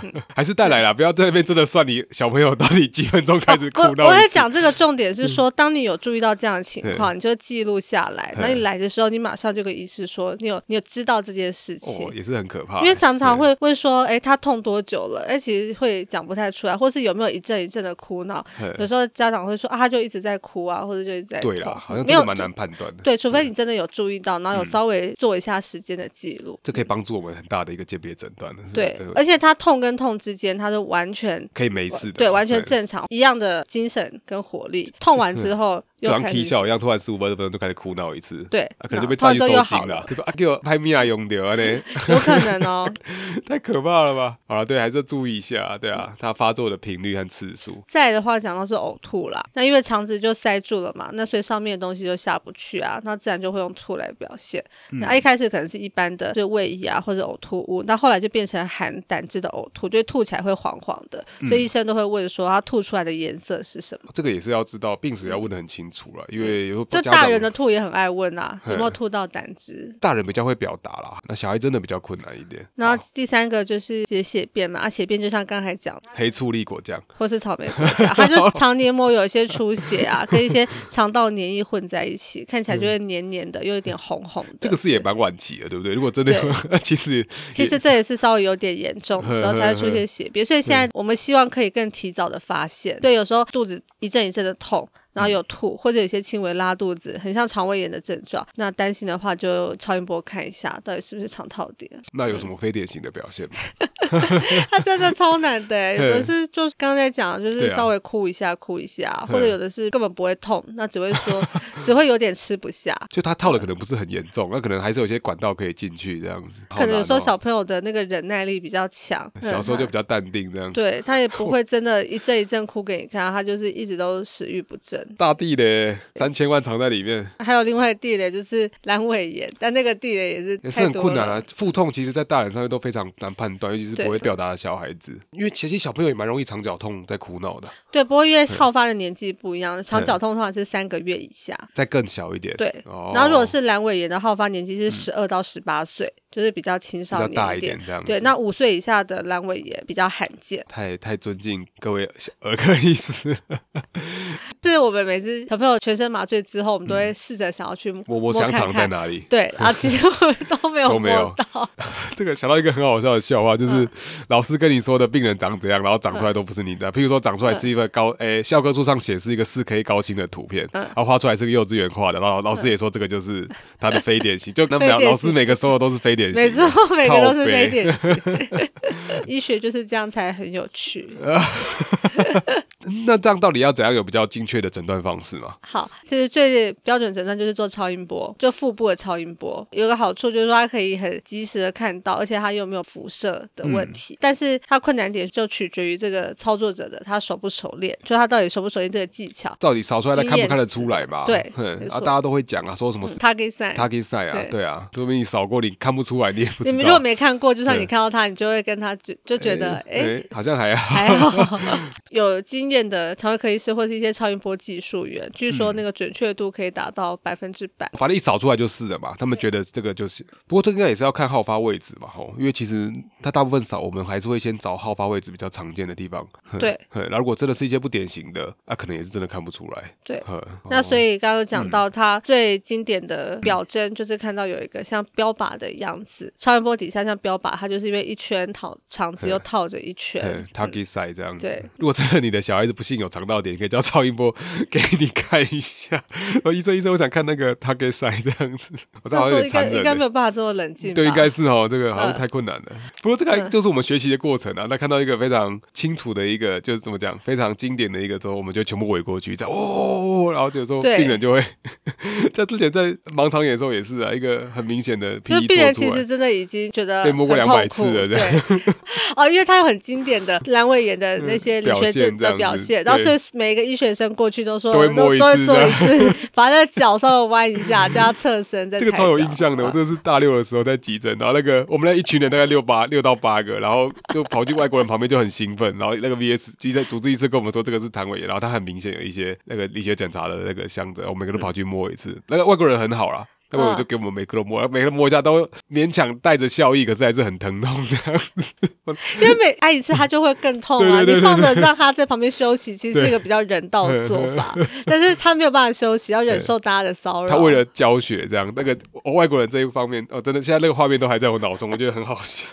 Speaker 2: 钟， 还是带来了，不要在那边真的算你小朋友到底几分钟开始 哭
Speaker 1: 我
Speaker 2: 闹
Speaker 1: 哦我在
Speaker 2: 一次。
Speaker 1: 讲这个重点是说，当你有注意到这样的情况，你就记录下来。那你来的时候，你马上就跟医师说，你有你有知道这件事情
Speaker 2: 哦，，也是很可怕，
Speaker 1: 因为常常会会说，哎，他痛多久了？哎，其实会讲不太出来，或是有没有一阵一阵的哭闹
Speaker 2: 嘿？
Speaker 1: 有时候家长会说啊，他就一直在哭啊，或者就一直在
Speaker 2: 对
Speaker 1: 痛
Speaker 2: 啦，好像
Speaker 1: 没
Speaker 2: 真的
Speaker 1: 有
Speaker 2: 蛮难嗯判断的。
Speaker 1: 对，除非你真的有注意到，然后有稍微做一下时间的记录。
Speaker 2: 这可以帮助我们很大的一个鉴别诊断的。是
Speaker 1: 对
Speaker 2: 呃，
Speaker 1: 而且他痛跟痛之间，他是完全
Speaker 2: 可以没事的，
Speaker 1: 对完全正常一样的精神跟活力。痛完之后
Speaker 2: 就
Speaker 1: 又
Speaker 2: 像
Speaker 1: 开
Speaker 2: 啼
Speaker 1: 始
Speaker 2: 笑一样，突然四五分钟就开始哭闹一次，
Speaker 1: 对
Speaker 2: 啊可能
Speaker 1: 然
Speaker 2: 就
Speaker 1: 后
Speaker 2: 被抓去
Speaker 1: 突然
Speaker 2: 收
Speaker 1: 就又
Speaker 2: 紧
Speaker 1: 好
Speaker 2: 了，
Speaker 1: 了
Speaker 2: 就说啊给我拍米娅用掉啊嘞，
Speaker 1: 有可能哦。
Speaker 2: 太可怕了吧？好了，对，还是要注意一下，对
Speaker 1: 嗯
Speaker 2: 啊，它发作的频率和次数，
Speaker 1: 再来的话，讲到是呕吐啦，那因为肠子就塞住了嘛，那所以上面的东西就下不去啊，那自然就会用吐来表现。那、一开始可能是一般的就胃液啊或者呕吐物，那后来就变成含胆汁的呕吐，就吐起来会黄黄的，所以医生都会问说他吐出来的颜色是什么。
Speaker 2: 这个也是要知道，病史要问的很清楚了，因为有时候
Speaker 1: 就
Speaker 2: 家
Speaker 1: 大
Speaker 2: 长
Speaker 1: 人的吐也很爱问啊，
Speaker 2: 嘿
Speaker 1: 有没有吐到胆汁？
Speaker 2: 大人比较会表达啦，那小孩真的比较困难一点。
Speaker 1: 然
Speaker 2: 好
Speaker 1: 后第三个就是解血便嘛，啊，血便就像刚才讲，
Speaker 2: 黑醋栗果酱，
Speaker 1: 或是草莓果酱，它 就是肠黏膜有一些出血啊，跟一些肠道黏液混在一起，看起来就会黏黏的，又有点红红的。
Speaker 2: 嗯这个是也蛮晚期的，对不对？如果真的有， 其实
Speaker 1: 其实这也是稍微有点严重的时候才会出现血便，所以现在我们希望可以更提早的发现。对，有时候肚子一阵一阵的痛，然
Speaker 2: 嗯
Speaker 1: 后有吐，或者有些轻微拉肚子，很像肠胃炎的症状。那担心的话，就超音波看一下，到底是不是肠套叠。
Speaker 2: 那有什么非典型的表现吗？
Speaker 1: 它真的超难的、欸，有
Speaker 2: 嘿
Speaker 1: 的是就是刚刚在讲，就
Speaker 2: 对
Speaker 1: 是
Speaker 2: 啊
Speaker 1: 稍微哭一下哭一下，
Speaker 2: 嘿
Speaker 1: 或者有的是根本不会痛，那只会 说只会有点吃不下。
Speaker 2: 就他套的可能不是很严重，那可能还是有些管道可以进去这样子。好
Speaker 1: 可能有时候
Speaker 2: 难
Speaker 1: 小
Speaker 2: 哦
Speaker 1: 朋友的那个忍耐力比较强，
Speaker 2: 小时候就比
Speaker 1: 较
Speaker 2: 较淡定这样。
Speaker 1: 对他也不会真的一阵一阵哭给你看，他就是一直都食欲不振。
Speaker 2: 大地嘞，三千万藏在里面，
Speaker 1: 还有另外的地雷就是阑尾炎，但那个地雷也是
Speaker 2: 也是
Speaker 1: 太
Speaker 2: 很
Speaker 1: 多
Speaker 2: 困难
Speaker 1: 了
Speaker 2: 啊。腹痛其实，在大人上面都非常难判断，尤其是
Speaker 1: 对
Speaker 2: 不会表达的小孩子，因为其实小朋友也蛮容易肠绞痛在苦恼的，
Speaker 1: 对，不过因为好发的年纪不一样，肠绞痛的话是三个月以下。
Speaker 2: 再更小一点。
Speaker 1: 对，
Speaker 2: 哦
Speaker 1: 然后如果是阑尾炎的好发年纪是十二到十八岁，就是比较青少
Speaker 2: 比较大
Speaker 1: 年
Speaker 2: 一点这样子
Speaker 1: 对，那五岁以下的阑尾炎比较罕见。
Speaker 2: 太太尊敬各位小儿科医师了，
Speaker 1: 这是我们每次小朋友全身麻醉之后，我们都会
Speaker 2: 嗯
Speaker 1: 试着想要去摸
Speaker 2: 摸摸香肠在？哪里？
Speaker 1: 对啊，其实我们都没有
Speaker 2: 都没有
Speaker 1: 摸到，
Speaker 2: 这个想到一个很好笑的笑话，
Speaker 1: 嗯
Speaker 2: 就是老师跟你说的病人长怎样，然后长出来都不是你的。譬如说长
Speaker 1: 嗯
Speaker 2: 出来是一个高，诶、教科书上写是一个四 K 高清的图片，
Speaker 1: 嗯
Speaker 2: 然后画出来是个幼稚园画的，然后老师也说这个就是他的非典型，就那么
Speaker 1: 非典型
Speaker 2: 老师每个收的都是非典型的，
Speaker 1: 每次每个都是
Speaker 2: 靠
Speaker 1: 非
Speaker 2: 北
Speaker 1: 典 型。 医学就是这样才很有趣。
Speaker 2: 呃那这样到底要怎样有比较精确的诊断方式嘛？
Speaker 1: 好，其实最标准诊断就是做超音波，就腹部的超音波，有个好处就是说它可以很及时的看到，而且它又没有辐射的
Speaker 2: 嗯
Speaker 1: 问题。但是它困难点就取决于这个操作者的他熟不熟练，就他到底熟不熟练这个技巧。
Speaker 2: 到底扫出来的
Speaker 1: 经
Speaker 2: 看不
Speaker 1: 验
Speaker 2: 看得
Speaker 1: 值
Speaker 2: 出来嘛？
Speaker 1: 对
Speaker 2: 哼
Speaker 1: 没
Speaker 2: 啊，
Speaker 1: 错
Speaker 2: 大家都会讲啊，说什么
Speaker 1: 嗯 Target sign，
Speaker 2: 他可以赛啊
Speaker 1: 对，
Speaker 2: 对啊，说明你扫过你看不出来，你也不知
Speaker 1: 你
Speaker 2: 道。
Speaker 1: 们如果没看过，就算
Speaker 2: 对
Speaker 1: 你看到他，你就会跟他就就觉得
Speaker 2: 哎
Speaker 1: 哎。
Speaker 2: 好像还好。
Speaker 1: 还好，有经验的肠胃科医师或是一些超音波技术员，据说
Speaker 2: 嗯
Speaker 1: 那个准确度可以达到百分之百。
Speaker 2: 反正一扫出来就是了嘛。他们觉得这个就是，不过这个应该也是要看好发位置嘛，吼，因为其实它大部分扫，我们还是会先找好发位置比较常见的地方。哼
Speaker 1: 对，
Speaker 2: 哼那如果真的是一些不典型的，那、可能也是真的看不出来。
Speaker 1: 对
Speaker 2: 哼，哦
Speaker 1: 那所
Speaker 2: 以
Speaker 1: 以刚刚有讲
Speaker 2: 嗯
Speaker 1: 到，它最经典的表征就是看到有一个像标靶的样子，超音波底下像标靶，它就是因为一圈套肠子又套着一圈。
Speaker 2: target size 这样子。
Speaker 1: 嗯对，
Speaker 2: 如果真的你的小孩子不幸有肠道点，你可以叫超音波 给你看一下。哦，医生医生，我想看那个 target size 这样子。我这
Speaker 1: 那
Speaker 2: 好
Speaker 1: 时候
Speaker 2: 像有点
Speaker 1: 应该
Speaker 2: 残忍
Speaker 1: 应该
Speaker 2: 欸
Speaker 1: 没有办法这么冷静吧？嗯
Speaker 2: 对，应该是哦，这个好像太困难了。不过这个还就是我们学习的过程啊。那看到一个非常清楚的一个，就是怎么讲，非常经典的一个之后，我们就全部围过去，这样哦哦，哦然后有时候
Speaker 1: 对
Speaker 2: 病人就会， 在之前在盲肠炎的时候也是啊，一个很明显的 P
Speaker 1: 就是
Speaker 2: E
Speaker 1: 病
Speaker 2: 做
Speaker 1: 人
Speaker 2: 出
Speaker 1: 其
Speaker 2: 来
Speaker 1: 实。真的已经觉得
Speaker 2: 对摸过
Speaker 1: 很痛
Speaker 2: 200次
Speaker 1: 苦
Speaker 2: 了这
Speaker 1: 对，哦，因为他有很经典 的阑尾炎的那些理
Speaker 2: 嗯表
Speaker 1: 学
Speaker 2: 现
Speaker 1: 症
Speaker 2: 这样
Speaker 1: 的
Speaker 2: 子
Speaker 1: 表现，
Speaker 2: 对
Speaker 1: 然后所以每一个医学生过去都说
Speaker 2: 都会摸一
Speaker 1: 都会
Speaker 2: 次
Speaker 1: 做
Speaker 2: 这
Speaker 1: 一次，把那脚稍微弯一下，叫他侧身再
Speaker 2: 这个
Speaker 1: 抬
Speaker 2: 超有
Speaker 1: 脚
Speaker 2: 印象的，我
Speaker 1: 啊
Speaker 2: 真的是大六的时候在急诊，然后那个我们那一群人大概六八六到八个，然后就跑去外国人旁边就很兴奋，然后那个 VS 急诊主治医师跟我们说这个是阑尾炎，然后他很明显有一些那个理学检查的那个箱子，我们每个都跑去摸一次，那个外国人很好啦。那我就给我们每个都摸，然后每个人摸一下都勉强带着笑意，可是还是很疼痛这样子。
Speaker 1: 因为每按一次它就会更痛啊，
Speaker 2: 对对对对
Speaker 1: 你放着让它在旁边休息，其实是一个比较人道的做法， 但是它没有办法休息，要忍受大家的骚扰。
Speaker 2: 他为了教学这样，那个我外国人这一方面，哦，真的现在那个画面都还在我脑中，我觉得很好笑。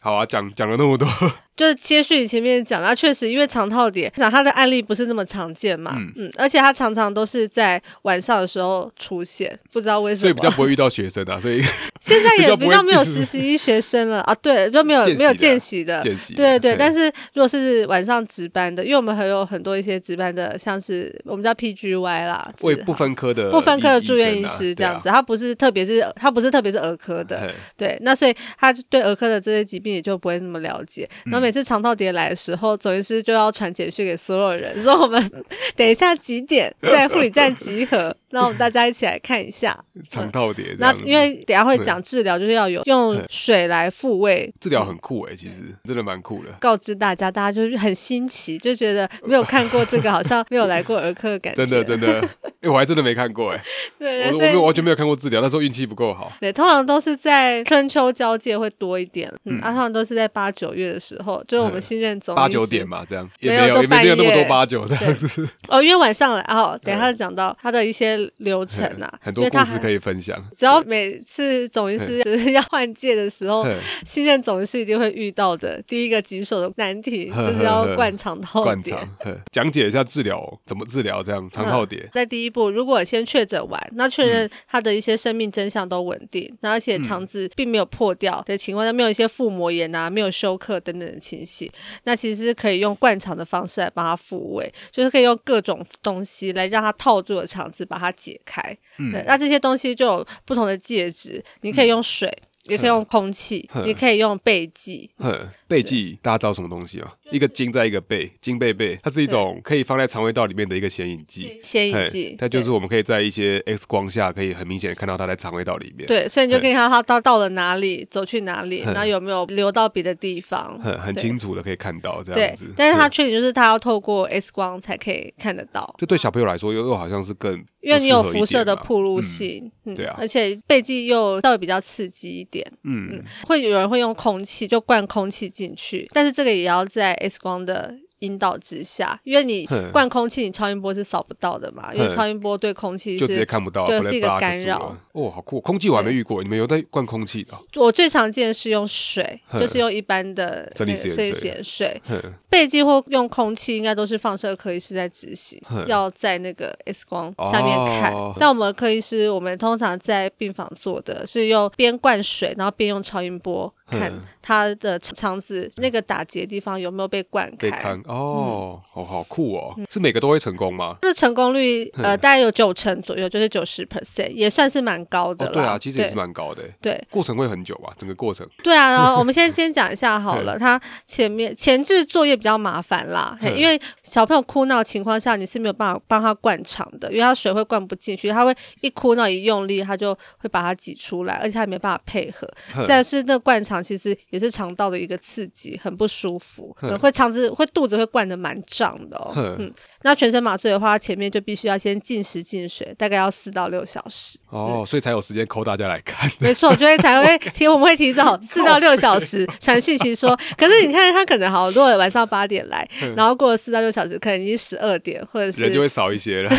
Speaker 2: 好啊，讲讲了那么多，
Speaker 1: 就是接续你前面讲，啊那确实因为肠套叠，讲它的案例不是那么常见嘛，嗯而且它常常都是在晚上的时候出现，不知道为什
Speaker 2: 所以
Speaker 1: 么。
Speaker 2: 比较不会遇到学生啊，所以
Speaker 1: 现在
Speaker 2: 比较
Speaker 1: 也
Speaker 2: 不
Speaker 1: 比
Speaker 2: 会
Speaker 1: 较没有实习医学生了啊，对，就没有
Speaker 2: 见习的
Speaker 1: 没有见习的，
Speaker 2: 见习的
Speaker 1: 对对对。
Speaker 2: 嗯
Speaker 1: 但是如果是晚上值班的，因为我们还有很多一些值班的，像是我们叫 PGY 啦，
Speaker 2: 为
Speaker 1: 是
Speaker 2: 不分科的
Speaker 1: 不分科的住院
Speaker 2: 医
Speaker 1: 医
Speaker 2: 生啊
Speaker 1: 师这样子，啊
Speaker 2: 对啊
Speaker 1: 他不是特别是他不是特别是儿科的，
Speaker 2: 嘿
Speaker 1: 对，那所以他就对儿科的这些疾病也就不会那么了解。然后
Speaker 2: 嗯
Speaker 1: 每次肠套叠来的时候，总医师就要传简讯给所有人，说 我们等一下几点在护理站集合，那我们大家一起来看一下。
Speaker 2: 肠套叠这
Speaker 1: 那
Speaker 2: 样子。
Speaker 1: 因为等一下会讲治疗，就是 要有用水来复位。
Speaker 2: 治疗很酷哎、其实真的蛮酷的。
Speaker 1: 告知大家，大家就是很新奇，就觉得没有看过这个，好像没有来过儿科的感觉。
Speaker 2: 真的 真的，因为我还真的没看过哎、
Speaker 1: 对，对啊
Speaker 2: 我我
Speaker 1: 所以
Speaker 2: 没有完全没有看过治疗，那时候运气不够好。
Speaker 1: 对，通常都是在春秋交界会多一点，嗯，啊，通常都是在八九月的时候，就是我们新任总
Speaker 2: 嗯八
Speaker 1: 医
Speaker 2: 九
Speaker 1: 师
Speaker 2: 点，嘛，这样也
Speaker 1: 没有
Speaker 2: 没有
Speaker 1: 都
Speaker 2: 也没有那么
Speaker 1: 半
Speaker 2: 多
Speaker 1: 夜
Speaker 2: 八九这样子，
Speaker 1: 哦，因为晚上来，哦，等一下讲到他的一些流程啊，
Speaker 2: 很
Speaker 1: 因
Speaker 2: 多
Speaker 1: 为他
Speaker 2: 故事
Speaker 1: 还
Speaker 2: 可以分享。
Speaker 1: 只要每次总医师就是要换届的时候
Speaker 2: 嘿，
Speaker 1: 新任总医师一定会遇到的第一个棘手的难题，
Speaker 2: 呵
Speaker 1: 就是要
Speaker 2: 呵呵
Speaker 1: 灌肠啊套
Speaker 2: 灌
Speaker 1: 点。
Speaker 2: 肠，嘿讲解一下治疗怎么治疗，这样肠
Speaker 1: 嗯
Speaker 2: 套叠。
Speaker 1: 在第一步，如果先确诊完，那
Speaker 2: 嗯
Speaker 1: 确认他的一些生命真相都稳定，那而且肠子并没有破掉的情况下，没有一些腹膜炎啊、没有休克等等的情形，那其实是可以用灌肠的方式来帮他复位，就是可以用各种东西来让他套住的肠子把它解开。嗯，那这些东西就有不同的介质，你
Speaker 2: 嗯
Speaker 1: 可以用水。也可以用空气，你可以用背剂，
Speaker 2: 哼，背剂大家知道什么东西吗？一个金在一个贝，金贝贝，它是一种可以放在肠胃道里面的一个显影剂。
Speaker 1: 显影
Speaker 2: 嘿
Speaker 1: 剂，
Speaker 2: 它就是
Speaker 1: 对
Speaker 2: 我们可以在一些 X 光下可以很明显地看到它在肠胃道里面。
Speaker 1: 对，所以你就
Speaker 2: 嘿
Speaker 1: 可以看到他到到了哪里，走去哪里，然后有没有流到别的地方，
Speaker 2: 很很
Speaker 1: 对
Speaker 2: 清楚的可以看到这样
Speaker 1: 对
Speaker 2: 子。，
Speaker 1: 但是它
Speaker 2: 对
Speaker 1: 缺点就是它要透过 X 光才可以看得到，
Speaker 2: 这对小朋友来说又又好像是更
Speaker 1: 因为你有辐射的
Speaker 2: 铺
Speaker 1: 暴露性，嗯
Speaker 2: 对啊
Speaker 1: 而且背剂又稍微比较刺激一点，
Speaker 2: 嗯，
Speaker 1: 会有人会用空气就灌空气进去，但是这个也要在 X 光的。引导之下，因为你
Speaker 2: 哼
Speaker 1: 灌空气，你超音波是扫不到的嘛，因为
Speaker 2: 哼
Speaker 1: 超音波对空气
Speaker 2: 就直接
Speaker 1: 是
Speaker 2: 看不到，
Speaker 1: 对
Speaker 2: 不然
Speaker 1: 是一个
Speaker 2: block
Speaker 1: 干
Speaker 2: 住
Speaker 1: 扰
Speaker 2: 了哦，好酷！空气我还没遇过，你们有在灌空气的哦？
Speaker 1: 我最常见的是用水，
Speaker 2: 哼
Speaker 1: 就是用一般的
Speaker 2: 生理
Speaker 1: 那个
Speaker 2: 食盐
Speaker 1: 生理
Speaker 2: 水
Speaker 1: 食盐水，
Speaker 2: 哼
Speaker 1: 背剂或用空气，应该都是放射科医师在执行
Speaker 2: 哼，
Speaker 1: 要在那个 X 光下面看
Speaker 2: 嗯哦。
Speaker 1: 那、我们科医师，我们通常在病房做的是用边灌水，然后边用超音波看
Speaker 2: 哼
Speaker 1: 他的肠肠子那个打结的地方有没有被灌
Speaker 2: 被
Speaker 1: 开。嗯
Speaker 2: 看哦，好好酷哦！是每个都会成功吗？
Speaker 1: 它的成功率
Speaker 2: 嗯
Speaker 1: 呃大概有九成左右，就是九十 percent，也算是蛮高的
Speaker 2: 哦，
Speaker 1: 了、
Speaker 2: 对啊，其实也是
Speaker 1: 对
Speaker 2: 蛮高的。
Speaker 1: 对，
Speaker 2: 过程会很久吧？整个过程
Speaker 1: 啊对啊，然后我们先先讲一下好了，它前面前置作业比较麻烦啦，嘿因为小朋友哭闹的情况下，你是没有办法帮他灌肠的，因为他水会灌不进去，他会一哭闹一用力，他就会把它挤出来，而且他也没办法配合。再来是那个灌肠，其实也是肠道的一个刺激，很不舒服，可能会肠子会肚子会灌得蛮胀的哦。
Speaker 2: 哼，
Speaker 1: 那全身麻醉的话，前面就必须要先禁食禁水，大概要四到六小时。
Speaker 2: 哦，所以才有时间扣大家来看。
Speaker 1: 没错，所以才会提，我们会提 早四到六小时传讯息说。可是你看，他可能好，如果晚上八点 来，然后过了四到六小时，可能已经十二点，或者是
Speaker 2: 嗯人就会少一些了，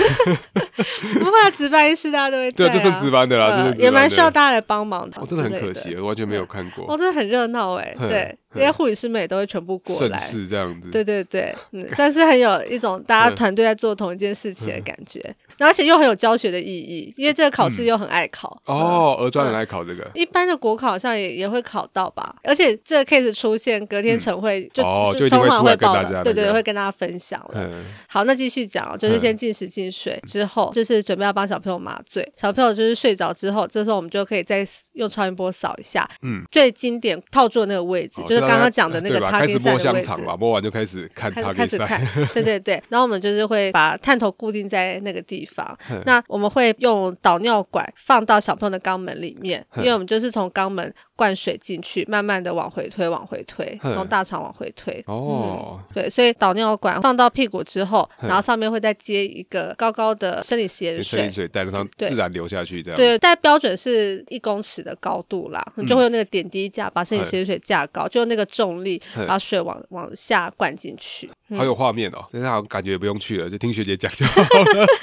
Speaker 1: 不怕值班医师大家都会在
Speaker 2: 对
Speaker 1: 啊、
Speaker 2: 啊，就剩值班的啦，就剩
Speaker 1: 呃
Speaker 2: 值班的
Speaker 1: 也蛮需要大家来帮忙的，
Speaker 2: 我哦真的很可
Speaker 1: 之类
Speaker 2: 惜，
Speaker 1: 的。
Speaker 2: 我完全没有看
Speaker 1: 哦，
Speaker 2: 过
Speaker 1: 真的很热闹哎，
Speaker 2: 嗯
Speaker 1: 对，
Speaker 2: 嗯
Speaker 1: 因为护理师们也都会全部过
Speaker 2: 盛
Speaker 1: 来，
Speaker 2: 世这样子。
Speaker 1: 对对对，嗯，算是很有一种大家团队在做同一件事情
Speaker 2: 嗯
Speaker 1: 的感觉，然后而且又很有教学的意义，因为这个考
Speaker 2: 嗯
Speaker 1: 试又很爱考。
Speaker 2: 哦，鹅专很爱考这个，
Speaker 1: 一般的国考好像也也会考到吧，而且这个 case 出现，隔天晨会就、
Speaker 2: 哦就一定
Speaker 1: 通
Speaker 2: 会
Speaker 1: 常
Speaker 2: 出来
Speaker 1: 会
Speaker 2: 跟
Speaker 1: 报
Speaker 2: 大
Speaker 1: 了，
Speaker 2: 家
Speaker 1: 对
Speaker 2: 那
Speaker 1: 对，
Speaker 2: 个
Speaker 1: 会跟大家分享了。
Speaker 2: 嗯，
Speaker 1: 好，那继续讲哦，就是先进食进水之后，就是准备要帮小朋友麻醉，小朋友就是睡着之后，这时候我们就可以再用超音波扫一下，
Speaker 2: 嗯，
Speaker 1: 最经典套住的那个位置，
Speaker 2: 好
Speaker 1: 就是
Speaker 2: 哦让
Speaker 1: 刚
Speaker 2: 大
Speaker 1: 刚
Speaker 2: 家
Speaker 1: 讲的那个
Speaker 2: 对吧
Speaker 1: 塔
Speaker 2: 开
Speaker 1: 给
Speaker 2: 始
Speaker 1: 赛
Speaker 2: 摸
Speaker 1: 的
Speaker 2: 香
Speaker 1: 位置。
Speaker 2: 肠嘛，摸完就开始看
Speaker 1: 开
Speaker 2: 他
Speaker 1: 开
Speaker 2: 给
Speaker 1: 始
Speaker 2: 赛。
Speaker 1: 看， 对对对，然后我们就是会把探头固定在那个地方，那我们会用导尿管放到小朋友的肛门里面，因为我们就是从肛门灌水进去，慢慢的往回推，往回推，
Speaker 2: 哼
Speaker 1: 从大肠往回推。嗯
Speaker 2: 哦，
Speaker 1: 对，所以导尿管放到屁股之后，
Speaker 2: 哼
Speaker 1: 然后上面会再接一个高高的生理食盐
Speaker 2: 生理
Speaker 1: 水，
Speaker 2: 水带让它
Speaker 1: 对
Speaker 2: 自然流下去，这样。
Speaker 1: 对，但标准是一公尺的高度啦，
Speaker 2: 嗯
Speaker 1: 你就会用那个点滴架把生理食盐水架高，就用那个重力
Speaker 2: 哼
Speaker 1: 把水往往下灌进去。
Speaker 2: 好有画面哦，但是好像感觉也不用去了，就听学姐讲就 好了。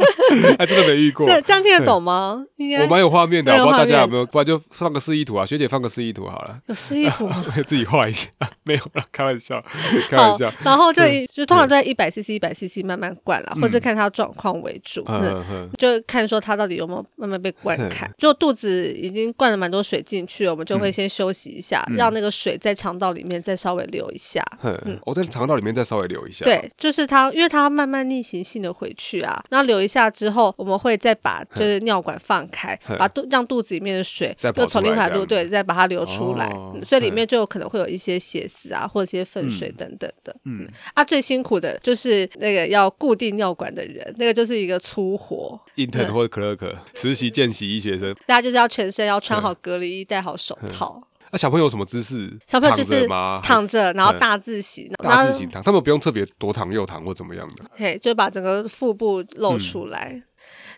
Speaker 2: 还真的没遇过，
Speaker 1: 这这样听得懂吗？应该
Speaker 2: 我蛮有画面的，啊
Speaker 1: 蛮有
Speaker 2: 我不知道大家
Speaker 1: 画面
Speaker 2: 有没有，不然就放个示意图啊，学姐放个示意图好了，
Speaker 1: 有示意图吗？
Speaker 2: 自己画一下， 没有啦，开玩
Speaker 1: 哦
Speaker 2: 笑，开
Speaker 1: 好
Speaker 2: 玩笑，，
Speaker 1: 然后就一就通常在一百 CC、一百 CC 慢慢灌啦，或者看他状况为主。
Speaker 2: 嗯
Speaker 1: 嗯
Speaker 2: 嗯嗯，
Speaker 1: 就看说他到底有没有慢慢被灌开，就肚子已经灌了蛮多水进去，我们就会
Speaker 2: 嗯
Speaker 1: 先休息一下，让那个水在肠道里面再稍微流一下。
Speaker 2: 哼我在哦肠道里面再稍微留一下，
Speaker 1: 嗯对，就是它，因为它慢慢逆行性的回去啊，然后流一下之后，我们会再把就是尿管放开，
Speaker 2: 哼
Speaker 1: 把肚让肚子里面的水
Speaker 2: 再跑
Speaker 1: 就
Speaker 2: 出
Speaker 1: 从
Speaker 2: 来
Speaker 1: 另外
Speaker 2: 这
Speaker 1: 路
Speaker 2: 样
Speaker 1: 对，再把它流出来、
Speaker 2: 哦
Speaker 1: 嗯所以里
Speaker 2: 哼
Speaker 1: 面就有可能会有一些血丝啊，或者一些粪水等等的。嗯，啊，最辛苦的就是那个要固定尿管的人，那个就是一个粗活，
Speaker 2: ，intern
Speaker 1: 嗯
Speaker 2: 或者 clerk 实习见习医学生，
Speaker 1: 大家就是要全身要穿好隔离衣，戴好手套。
Speaker 2: 那啊小朋友有什么姿势？
Speaker 1: 小朋友就
Speaker 2: 躺
Speaker 1: 是
Speaker 2: 着吗？
Speaker 1: 躺着，然后
Speaker 2: 嗯
Speaker 1: 大字型，然
Speaker 2: 大字
Speaker 1: 后嗯
Speaker 2: 型躺，他们不用特别左躺右躺或怎么样的。
Speaker 1: 嘿，就把整个腹部
Speaker 2: 嗯
Speaker 1: 露出来。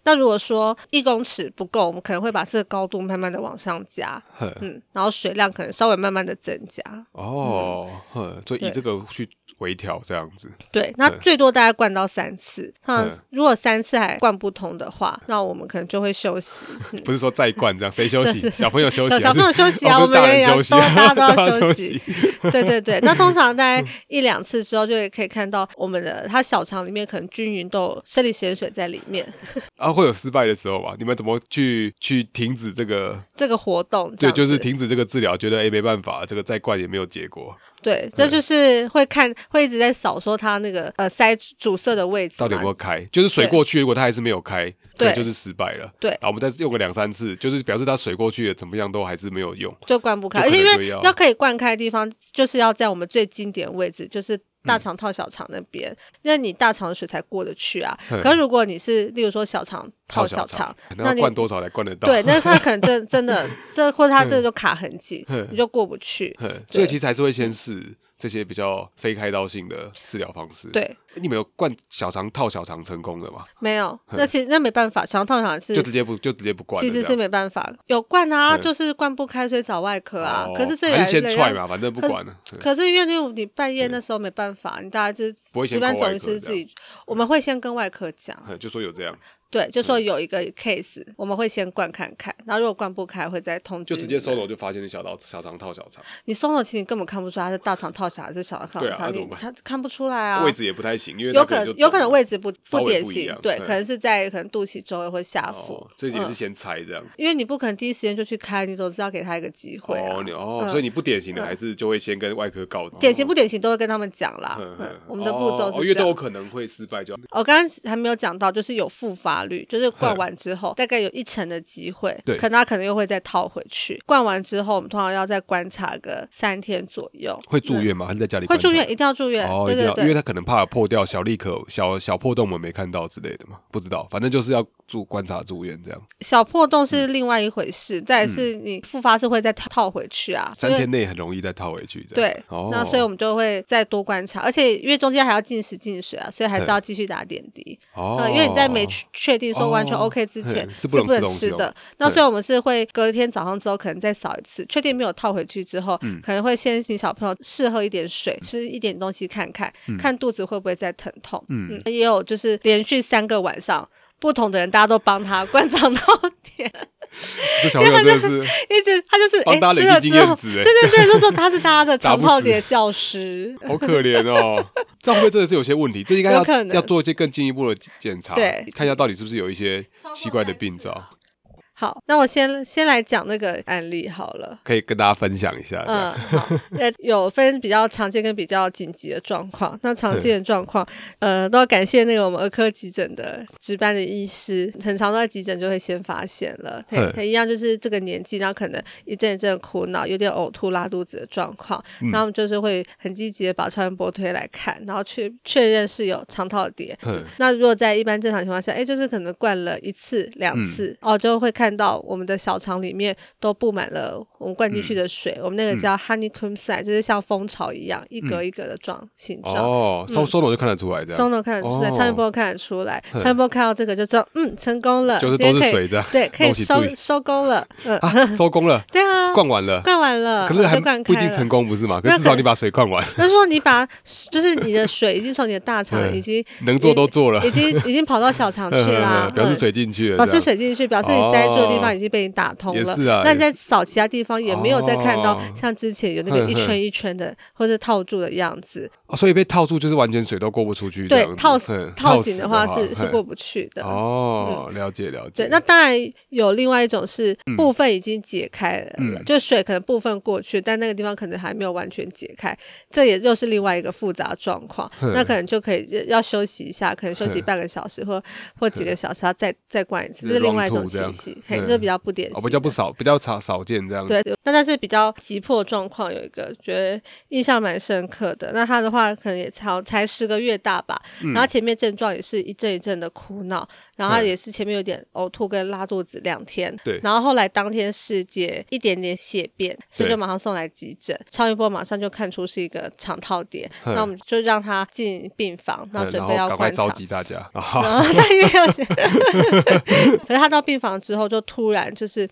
Speaker 1: 那如果说一公尺不够，我们可能会把这个高度慢慢的往上加，
Speaker 2: 哼
Speaker 1: 嗯，然后水量可能稍微慢慢的增加。
Speaker 2: 哦，哼，所以以
Speaker 1: 对
Speaker 2: 这个去微调这样子。
Speaker 1: 对，那最多大概灌到三次。那
Speaker 2: 嗯
Speaker 1: 如果三次还灌不通的话，那我们可能就会休息。
Speaker 2: 不是说再灌这样，谁休息？小朋友休息
Speaker 1: 小
Speaker 2: 还是，
Speaker 1: 小朋友休息啊，
Speaker 2: 哦
Speaker 1: 我
Speaker 2: 不是
Speaker 1: 们
Speaker 2: 大
Speaker 1: 人
Speaker 2: 人
Speaker 1: 也要
Speaker 2: 休
Speaker 1: 都
Speaker 2: 息，
Speaker 1: 大家都
Speaker 2: 大
Speaker 1: 要休
Speaker 2: 人休嗯
Speaker 1: 息。。对对对，那通常大概一两次之后，就可以看到我们的它小肠里面可能均匀都有生理盐水在里面。
Speaker 2: 然后啊会有失败的时候嘛？你们怎么去去停止这个？
Speaker 1: 这个活动这
Speaker 2: 对，
Speaker 1: 样子，
Speaker 2: 就是停止这个治疗，觉得哎没办法，这个再灌也没有结果，
Speaker 1: 对，这就是会看，会一直在扫说他那个呃塞阻塞的位置
Speaker 2: 到底有
Speaker 1: 嘛
Speaker 2: 没有开？就是水
Speaker 1: 对
Speaker 2: 过去，如果它还是没有开，可
Speaker 1: 对
Speaker 2: 能就是失败了。
Speaker 1: 对
Speaker 2: 然后我们再用个两三次，就是表示它水过去了怎么样都还是没有用。
Speaker 1: 就灌不开，
Speaker 2: 就
Speaker 1: 而
Speaker 2: 可
Speaker 1: 且
Speaker 2: 能
Speaker 1: 因
Speaker 2: 就
Speaker 1: 为
Speaker 2: 要
Speaker 1: 要可以灌开的地方，就是要在我们最经典的位置，就是。
Speaker 2: 嗯
Speaker 1: 大肠套小肠那边，那你大肠的水才过得去啊。
Speaker 2: 嗯
Speaker 1: 可是如果你是，例如说小肠套
Speaker 2: 小
Speaker 1: 小肠，
Speaker 2: 那
Speaker 1: 那
Speaker 2: 要
Speaker 1: 你
Speaker 2: 灌多少才灌得到？
Speaker 1: 对，那他可能真真的这或者他这就卡很紧，你就过不去。
Speaker 2: 嗯，所以其实还是会先试这些比较非开刀性的治疗方式。
Speaker 1: 对，嗯
Speaker 2: 你们有灌小肠套小肠成功的吗？
Speaker 1: 没有，那其实那没办法，小肠套小肠是
Speaker 2: 就直接不就直接不灌了
Speaker 1: 其
Speaker 2: 这
Speaker 1: 实
Speaker 2: 样？
Speaker 1: 是没办法，有灌啊，
Speaker 2: 嗯
Speaker 1: 就是灌不开，所以找外科啊。
Speaker 2: 哦
Speaker 1: 可是这也
Speaker 2: 还是先
Speaker 1: 累啊
Speaker 2: 踹嘛，反正不管了。对
Speaker 1: 可是因为那种你半夜那时候没办法，你大家就是
Speaker 2: 不会先
Speaker 1: 值班
Speaker 2: 扣
Speaker 1: 总
Speaker 2: 外
Speaker 1: 医
Speaker 2: 科
Speaker 1: 师
Speaker 2: 这
Speaker 1: 自己，我们会先跟外科讲，
Speaker 2: 嗯就说有这样，
Speaker 1: 对，就说有一个 case，我们会先灌看看，然后如果灌不开会再通知
Speaker 2: 就
Speaker 1: 你们。
Speaker 2: 直接收了，我就发现你小刀小肠套小肠，
Speaker 1: 你松了，其实你根本看不出来它是大肠套小还是小肠
Speaker 2: 对啊
Speaker 1: 套小，
Speaker 2: 那怎
Speaker 1: 你
Speaker 2: 么办
Speaker 1: 看看不出来啊。
Speaker 2: 位置也不太行，因为
Speaker 1: 有
Speaker 2: 它
Speaker 1: 可
Speaker 2: 就
Speaker 1: 能有可能
Speaker 2: 肿了
Speaker 1: 位置不
Speaker 2: 稍微
Speaker 1: 典
Speaker 2: 不一
Speaker 1: 型
Speaker 2: 样，
Speaker 1: 对，
Speaker 2: 嗯
Speaker 1: 可能是在可能肚脐周围或下腹
Speaker 2: 哦，，所以也
Speaker 1: 嗯
Speaker 2: 是先拆这样。
Speaker 1: 因为你不可能第一时间就去开，你总是要给他一个机会啊嗯
Speaker 2: 哦，你哦，所以你不典型的还是就会先跟外科告知。
Speaker 1: 典型不典型都会跟他们讲啦。
Speaker 2: 嗯
Speaker 1: 嗯
Speaker 2: 嗯，
Speaker 1: 我们的步骤
Speaker 2: 哦
Speaker 1: 是
Speaker 2: 因为
Speaker 1: 这
Speaker 2: 都有
Speaker 1: 样。哦
Speaker 2: 可能会失败，就
Speaker 1: 我刚刚还没有讲到，就是有复发法律，就是灌完之后大概有一成的机会，
Speaker 2: 对
Speaker 1: 可他可能又会再套回去。灌完之后，我们通常要再观察个三天左右。
Speaker 2: 会住院吗？还是在家里
Speaker 1: 会
Speaker 2: 观察？
Speaker 1: 住院，一定要住 院。
Speaker 2: 哦，
Speaker 1: 对
Speaker 2: 一定
Speaker 1: 对
Speaker 2: 要，因为
Speaker 1: 对。
Speaker 2: 他可能怕破掉小利可小小破洞，我们没看到之类的嘛，不知道，反正就是要住观察住院这样，
Speaker 1: 小破洞是
Speaker 2: 嗯
Speaker 1: 另外一回事，再来是你复发是会再套套回去啊。
Speaker 2: 三
Speaker 1: 因为
Speaker 2: 天内很容易再套回去这样。
Speaker 1: 对，
Speaker 2: 哦，
Speaker 1: 那所以我们就会再多观察，而且因为中间还要进食进水啊，所以还是要继续打点滴。
Speaker 2: 哦、
Speaker 1: 呃，因为你在 没确确定说完全
Speaker 2: 哦
Speaker 1: OK 之前、
Speaker 2: 嘿是
Speaker 1: 是
Speaker 2: 不能吃
Speaker 1: 能
Speaker 2: 东西
Speaker 1: 吃
Speaker 2: 哦
Speaker 1: 的。那
Speaker 2: 嘿
Speaker 1: 所以我们是会隔一天早上之后可能再扫一次，确定没有套回去之后，
Speaker 2: 嗯
Speaker 1: 可能会先请小朋友试喝一点水，吃一点东西看看，
Speaker 2: 嗯
Speaker 1: 看肚子会不会再疼痛。嗯，也有就是连续三个晚上。不同的人，大家都帮他 灌肠到点，
Speaker 2: 这小朋友真的是
Speaker 1: 一直他就是
Speaker 2: 帮
Speaker 1: 哎、
Speaker 2: 大家
Speaker 1: 吃
Speaker 2: 累积
Speaker 1: 了
Speaker 2: 经
Speaker 1: 之后
Speaker 2: 验，值、
Speaker 1: 对
Speaker 2: 哎，
Speaker 1: 对对，就说他是大家的
Speaker 2: 打
Speaker 1: 长
Speaker 2: 不
Speaker 1: 泡
Speaker 2: 死
Speaker 1: 姐教师，
Speaker 2: 好可怜哦。这样会不会真的是有些问题？这应该要
Speaker 1: 有可能
Speaker 2: 要做一些更进一步的检查，
Speaker 1: 对
Speaker 2: 看一下到底是不是有一些奇怪的病
Speaker 1: 超
Speaker 2: 灶，
Speaker 1: 好，那我先先来讲那个案例好了。
Speaker 2: 可以跟大家分享一下。这
Speaker 1: 嗯，
Speaker 2: 样
Speaker 1: 好，那有分比较常见跟比较紧急的状况。那常见的状况，呃，都要感谢那个我们儿科急诊的值班的医师，很常都在急诊就会先发现了。他
Speaker 2: 嗯
Speaker 1: 他一样就是这个年纪，然后可能一阵一阵苦恼，有点呕吐、拉肚子的状况，那我们就是会很积极的把超音波推来看，然后去确认是有肠套叠。
Speaker 2: 嗯
Speaker 1: 那如果在一般正常情况下，哎，就是可能灌了一次、
Speaker 2: 嗯
Speaker 1: 两次，哦，就会看到我们的小肠里面都布满了我们灌进
Speaker 2: 嗯
Speaker 1: 去的水，我们那个叫 honeycomb site，、就是像蜂巢一样一格一格的状、形状。
Speaker 2: 嗯哦，松松了就看得出来，这
Speaker 1: 松
Speaker 2: 样
Speaker 1: 的看得出来，
Speaker 2: 哦
Speaker 1: 超音波看得出来，
Speaker 2: 哼
Speaker 1: 超音波看到这个就知道，嗯，成功了，
Speaker 2: 就是
Speaker 1: 今天
Speaker 2: 都是
Speaker 1: 可以
Speaker 2: 水这样
Speaker 1: 对，可以
Speaker 2: 弄起
Speaker 1: 收
Speaker 2: 注意
Speaker 1: 收工 了，嗯，
Speaker 2: 啊，收 工了，
Speaker 1: 对啊，
Speaker 2: 灌完了，
Speaker 1: 灌完了，
Speaker 2: 可是还
Speaker 1: 就灌
Speaker 2: 不一定
Speaker 1: 开了
Speaker 2: 成功，不是 吗？可
Speaker 1: 那
Speaker 2: 是至少
Speaker 1: 可
Speaker 2: 你把水灌完，
Speaker 1: 那说你 把就是你的水已经从你的大肠
Speaker 2: 嗯
Speaker 1: 已经
Speaker 2: 能做都做了
Speaker 1: 已经已经跑到小 肠去啦，
Speaker 2: 表示
Speaker 1: 嗯
Speaker 2: 水进去了，
Speaker 1: 表
Speaker 2: 这
Speaker 1: 示
Speaker 2: 样
Speaker 1: 水进去，表示你塞住的地
Speaker 2: 哦
Speaker 1: 方已经被你打通
Speaker 2: 也
Speaker 1: 了。
Speaker 2: 是啊
Speaker 1: 那
Speaker 2: 也
Speaker 1: 你在扫其他地方也没有再看到
Speaker 2: 哦
Speaker 1: 像之前有那个
Speaker 2: 哼
Speaker 1: 一
Speaker 2: 哼
Speaker 1: 圈一圈的或是套住的样子。
Speaker 2: 哦所以被套住就是完全水都过不出去这
Speaker 1: 对
Speaker 2: 样，子，
Speaker 1: 套
Speaker 2: 嗯
Speaker 1: 套紧的话是
Speaker 2: 嗯
Speaker 1: 是过不去的。
Speaker 2: 哦，了解了解。
Speaker 1: 对，那当然有另外一种是
Speaker 2: 嗯
Speaker 1: 部分已经解开了，就水可能部分过去，但那个地方可能还没有完全解开，这也又是另外一个复杂状况。
Speaker 2: 嗯
Speaker 1: 那可能就可以要休息一下，可能休息半个小时或或几个小
Speaker 2: 嗯
Speaker 1: 时，要再再灌一次，这是另外一种
Speaker 2: Long two 这
Speaker 1: 情
Speaker 2: 样
Speaker 1: 形，嘿，
Speaker 2: 嗯
Speaker 1: 这比较不典型
Speaker 2: 哦
Speaker 1: 的，
Speaker 2: 比较不少，比较少少见这样。嗯
Speaker 1: 对，那但是比较急迫的状况有一个觉得印象蛮深刻的。那他的话可能也才才十个月大吧，然后前面症状也是一阵一阵的苦恼，然后他
Speaker 2: 嗯
Speaker 1: 也是前面有点呕吐跟拉肚子两天，
Speaker 2: 对
Speaker 1: 然后后来当天是解一点点血便，所以
Speaker 2: 对
Speaker 1: 就马上送来急诊，超音波马上就看出是一个肠套叠，
Speaker 2: 嗯
Speaker 1: 那我们就让他进病房，那
Speaker 2: 嗯
Speaker 1: 准
Speaker 2: 然后
Speaker 1: 备要
Speaker 2: 赶快
Speaker 1: 观察
Speaker 2: 召。集大 家啊！
Speaker 1: 然后他因为要写， 可是他到病房之后就突然就是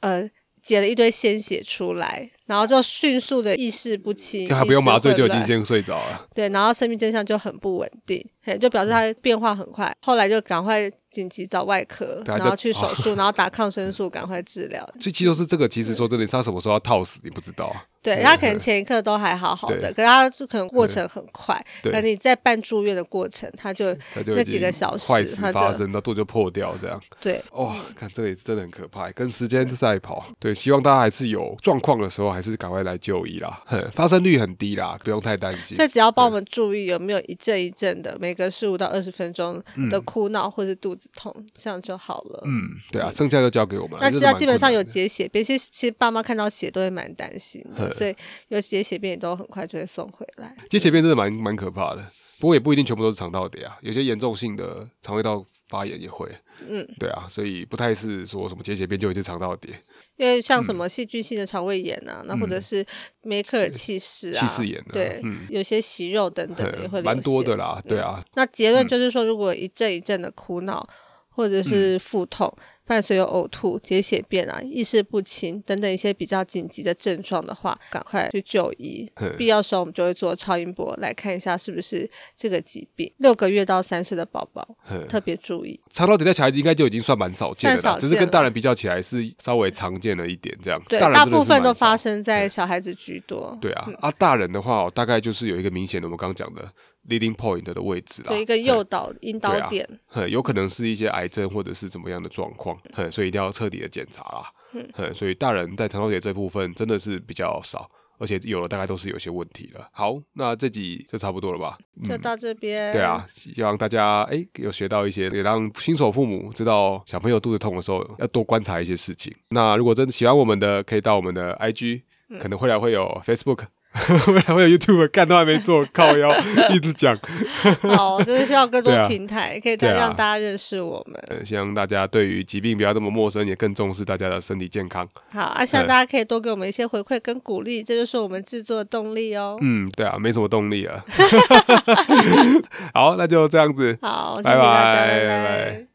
Speaker 1: 呃解了一堆鲜血出来，然后就迅速的意识不清，
Speaker 2: 就还不用麻醉就已
Speaker 1: 意识
Speaker 2: 经
Speaker 1: 混乱
Speaker 2: 先睡着了。
Speaker 1: 对，然后生命真相就很不稳定，嘿就表示
Speaker 2: 嗯
Speaker 1: 他变化很快。后来就赶快紧急找外科，
Speaker 2: 对啊
Speaker 1: 然
Speaker 2: 就
Speaker 1: 后去手术，然后打抗生素，赶快治疗。
Speaker 2: 所以其实就是这个，其实说真的，他什么时候要套死你不知道啊。
Speaker 1: 对，他可能前一刻都还好好
Speaker 2: 对
Speaker 1: 的，可是他就可能过程很快，
Speaker 2: 对
Speaker 1: 可你在办住院的过程，他就
Speaker 2: 他就已
Speaker 1: 那几
Speaker 2: 经
Speaker 1: 个小时
Speaker 2: 坏死
Speaker 1: 他就
Speaker 2: 发生，那肚子就破掉这样。
Speaker 1: 对。
Speaker 2: 哇、看这个也是真的很可怕，哎跟时间赛跑。对，希望大家还是有状况的时候，还是赶快来就医啦。哼发生率很低啦，不用太担心
Speaker 1: 所。以只要帮我们注意有没有一阵一阵的，每隔十五到二十分钟的哭闹或是肚子痛，这样就好了。嗯，
Speaker 2: 嗯，对啊，剩下就交给我们啦。
Speaker 1: 那只
Speaker 2: 真的蛮
Speaker 1: 要基本上有
Speaker 2: 困难的
Speaker 1: 解血便，其实其实爸妈看到血都会蛮担心的，所以有解血便也都很快就会送回来。
Speaker 2: 接血便真的蛮蛮可怕的，不过也不一定全部都是肠道底啊，有些严重性的肠胃道发炎也会。嗯，对啊，所以不太是说什么结血便就一定肠道底，
Speaker 1: 因为像
Speaker 2: 嗯
Speaker 1: 什么细菌性的肠胃炎啊，那或者是梅克尔气室啊、
Speaker 2: 气室炎啊
Speaker 1: 对，有些息肉等等的也会
Speaker 2: 嗯蛮
Speaker 1: 流
Speaker 2: 多
Speaker 1: 血嗯
Speaker 2: 的啦。对啊，
Speaker 1: 那结论就是说，如果一阵一阵的苦恼或
Speaker 2: 嗯
Speaker 1: 者是腹痛，伴随有呕吐、解血便啊、意识不清等等一些比较紧急的症状的话，赶快去就医
Speaker 2: 嗯。
Speaker 1: 必要时候我们就会做超音波来看一下是不是这个疾病。六个月到三岁的宝宝
Speaker 2: 嗯
Speaker 1: 特别注意。
Speaker 2: 肠道底在小孩子应该就已经算蛮少见的
Speaker 1: 算
Speaker 2: 啦，
Speaker 1: 少
Speaker 2: 只
Speaker 1: 见
Speaker 2: 是跟大人比较起来是稍微常见了一点这样。
Speaker 1: 对，
Speaker 2: 大人
Speaker 1: 大
Speaker 2: 真的是
Speaker 1: 部分都
Speaker 2: 蛮少
Speaker 1: 发嗯生在小孩子居多。
Speaker 2: 对啊，啊，大人的话、哦，大概就是有一个明显的我们刚刚讲的 leading point 的位置啦，
Speaker 1: 对，一个诱导引
Speaker 2: 啊对
Speaker 1: 导点。
Speaker 2: 啊哼，有可能是一些癌症或者是怎么样的状况，哼，所以一定要彻底的检查啦。哼，所以大人在肠道结这部分真的是比较少。而且有的大概都是有些问题了。好，那这集就差不多了吧？
Speaker 1: 就到这边。
Speaker 2: 嗯对啊，，希望大家哎有学到一些，也让新手父母知道小朋友肚子痛的时候要多观察一些事情。那如果真的喜欢我们的，可以到我们的 IG，可能未来会有 Facebook，未 来会有 YouTube，干都还没做，靠腰一直讲。
Speaker 1: 好，就是需要 更
Speaker 2: 对啊
Speaker 1: 多平台，可以再
Speaker 2: 对啊
Speaker 1: 让大家认识我们。
Speaker 2: 呃希望大家对于疾病不要那么陌生，也更重视大家的身体健康。
Speaker 1: 好，啊，希望大家可以多给我们一些回馈跟鼓励，这就是我们制作的动力哦。
Speaker 2: 嗯，对啊， 没什么动力了。好，那就这样子。
Speaker 1: 好，谢谢大家，
Speaker 2: 拜拜
Speaker 1: 拜
Speaker 2: 拜拜
Speaker 1: 拜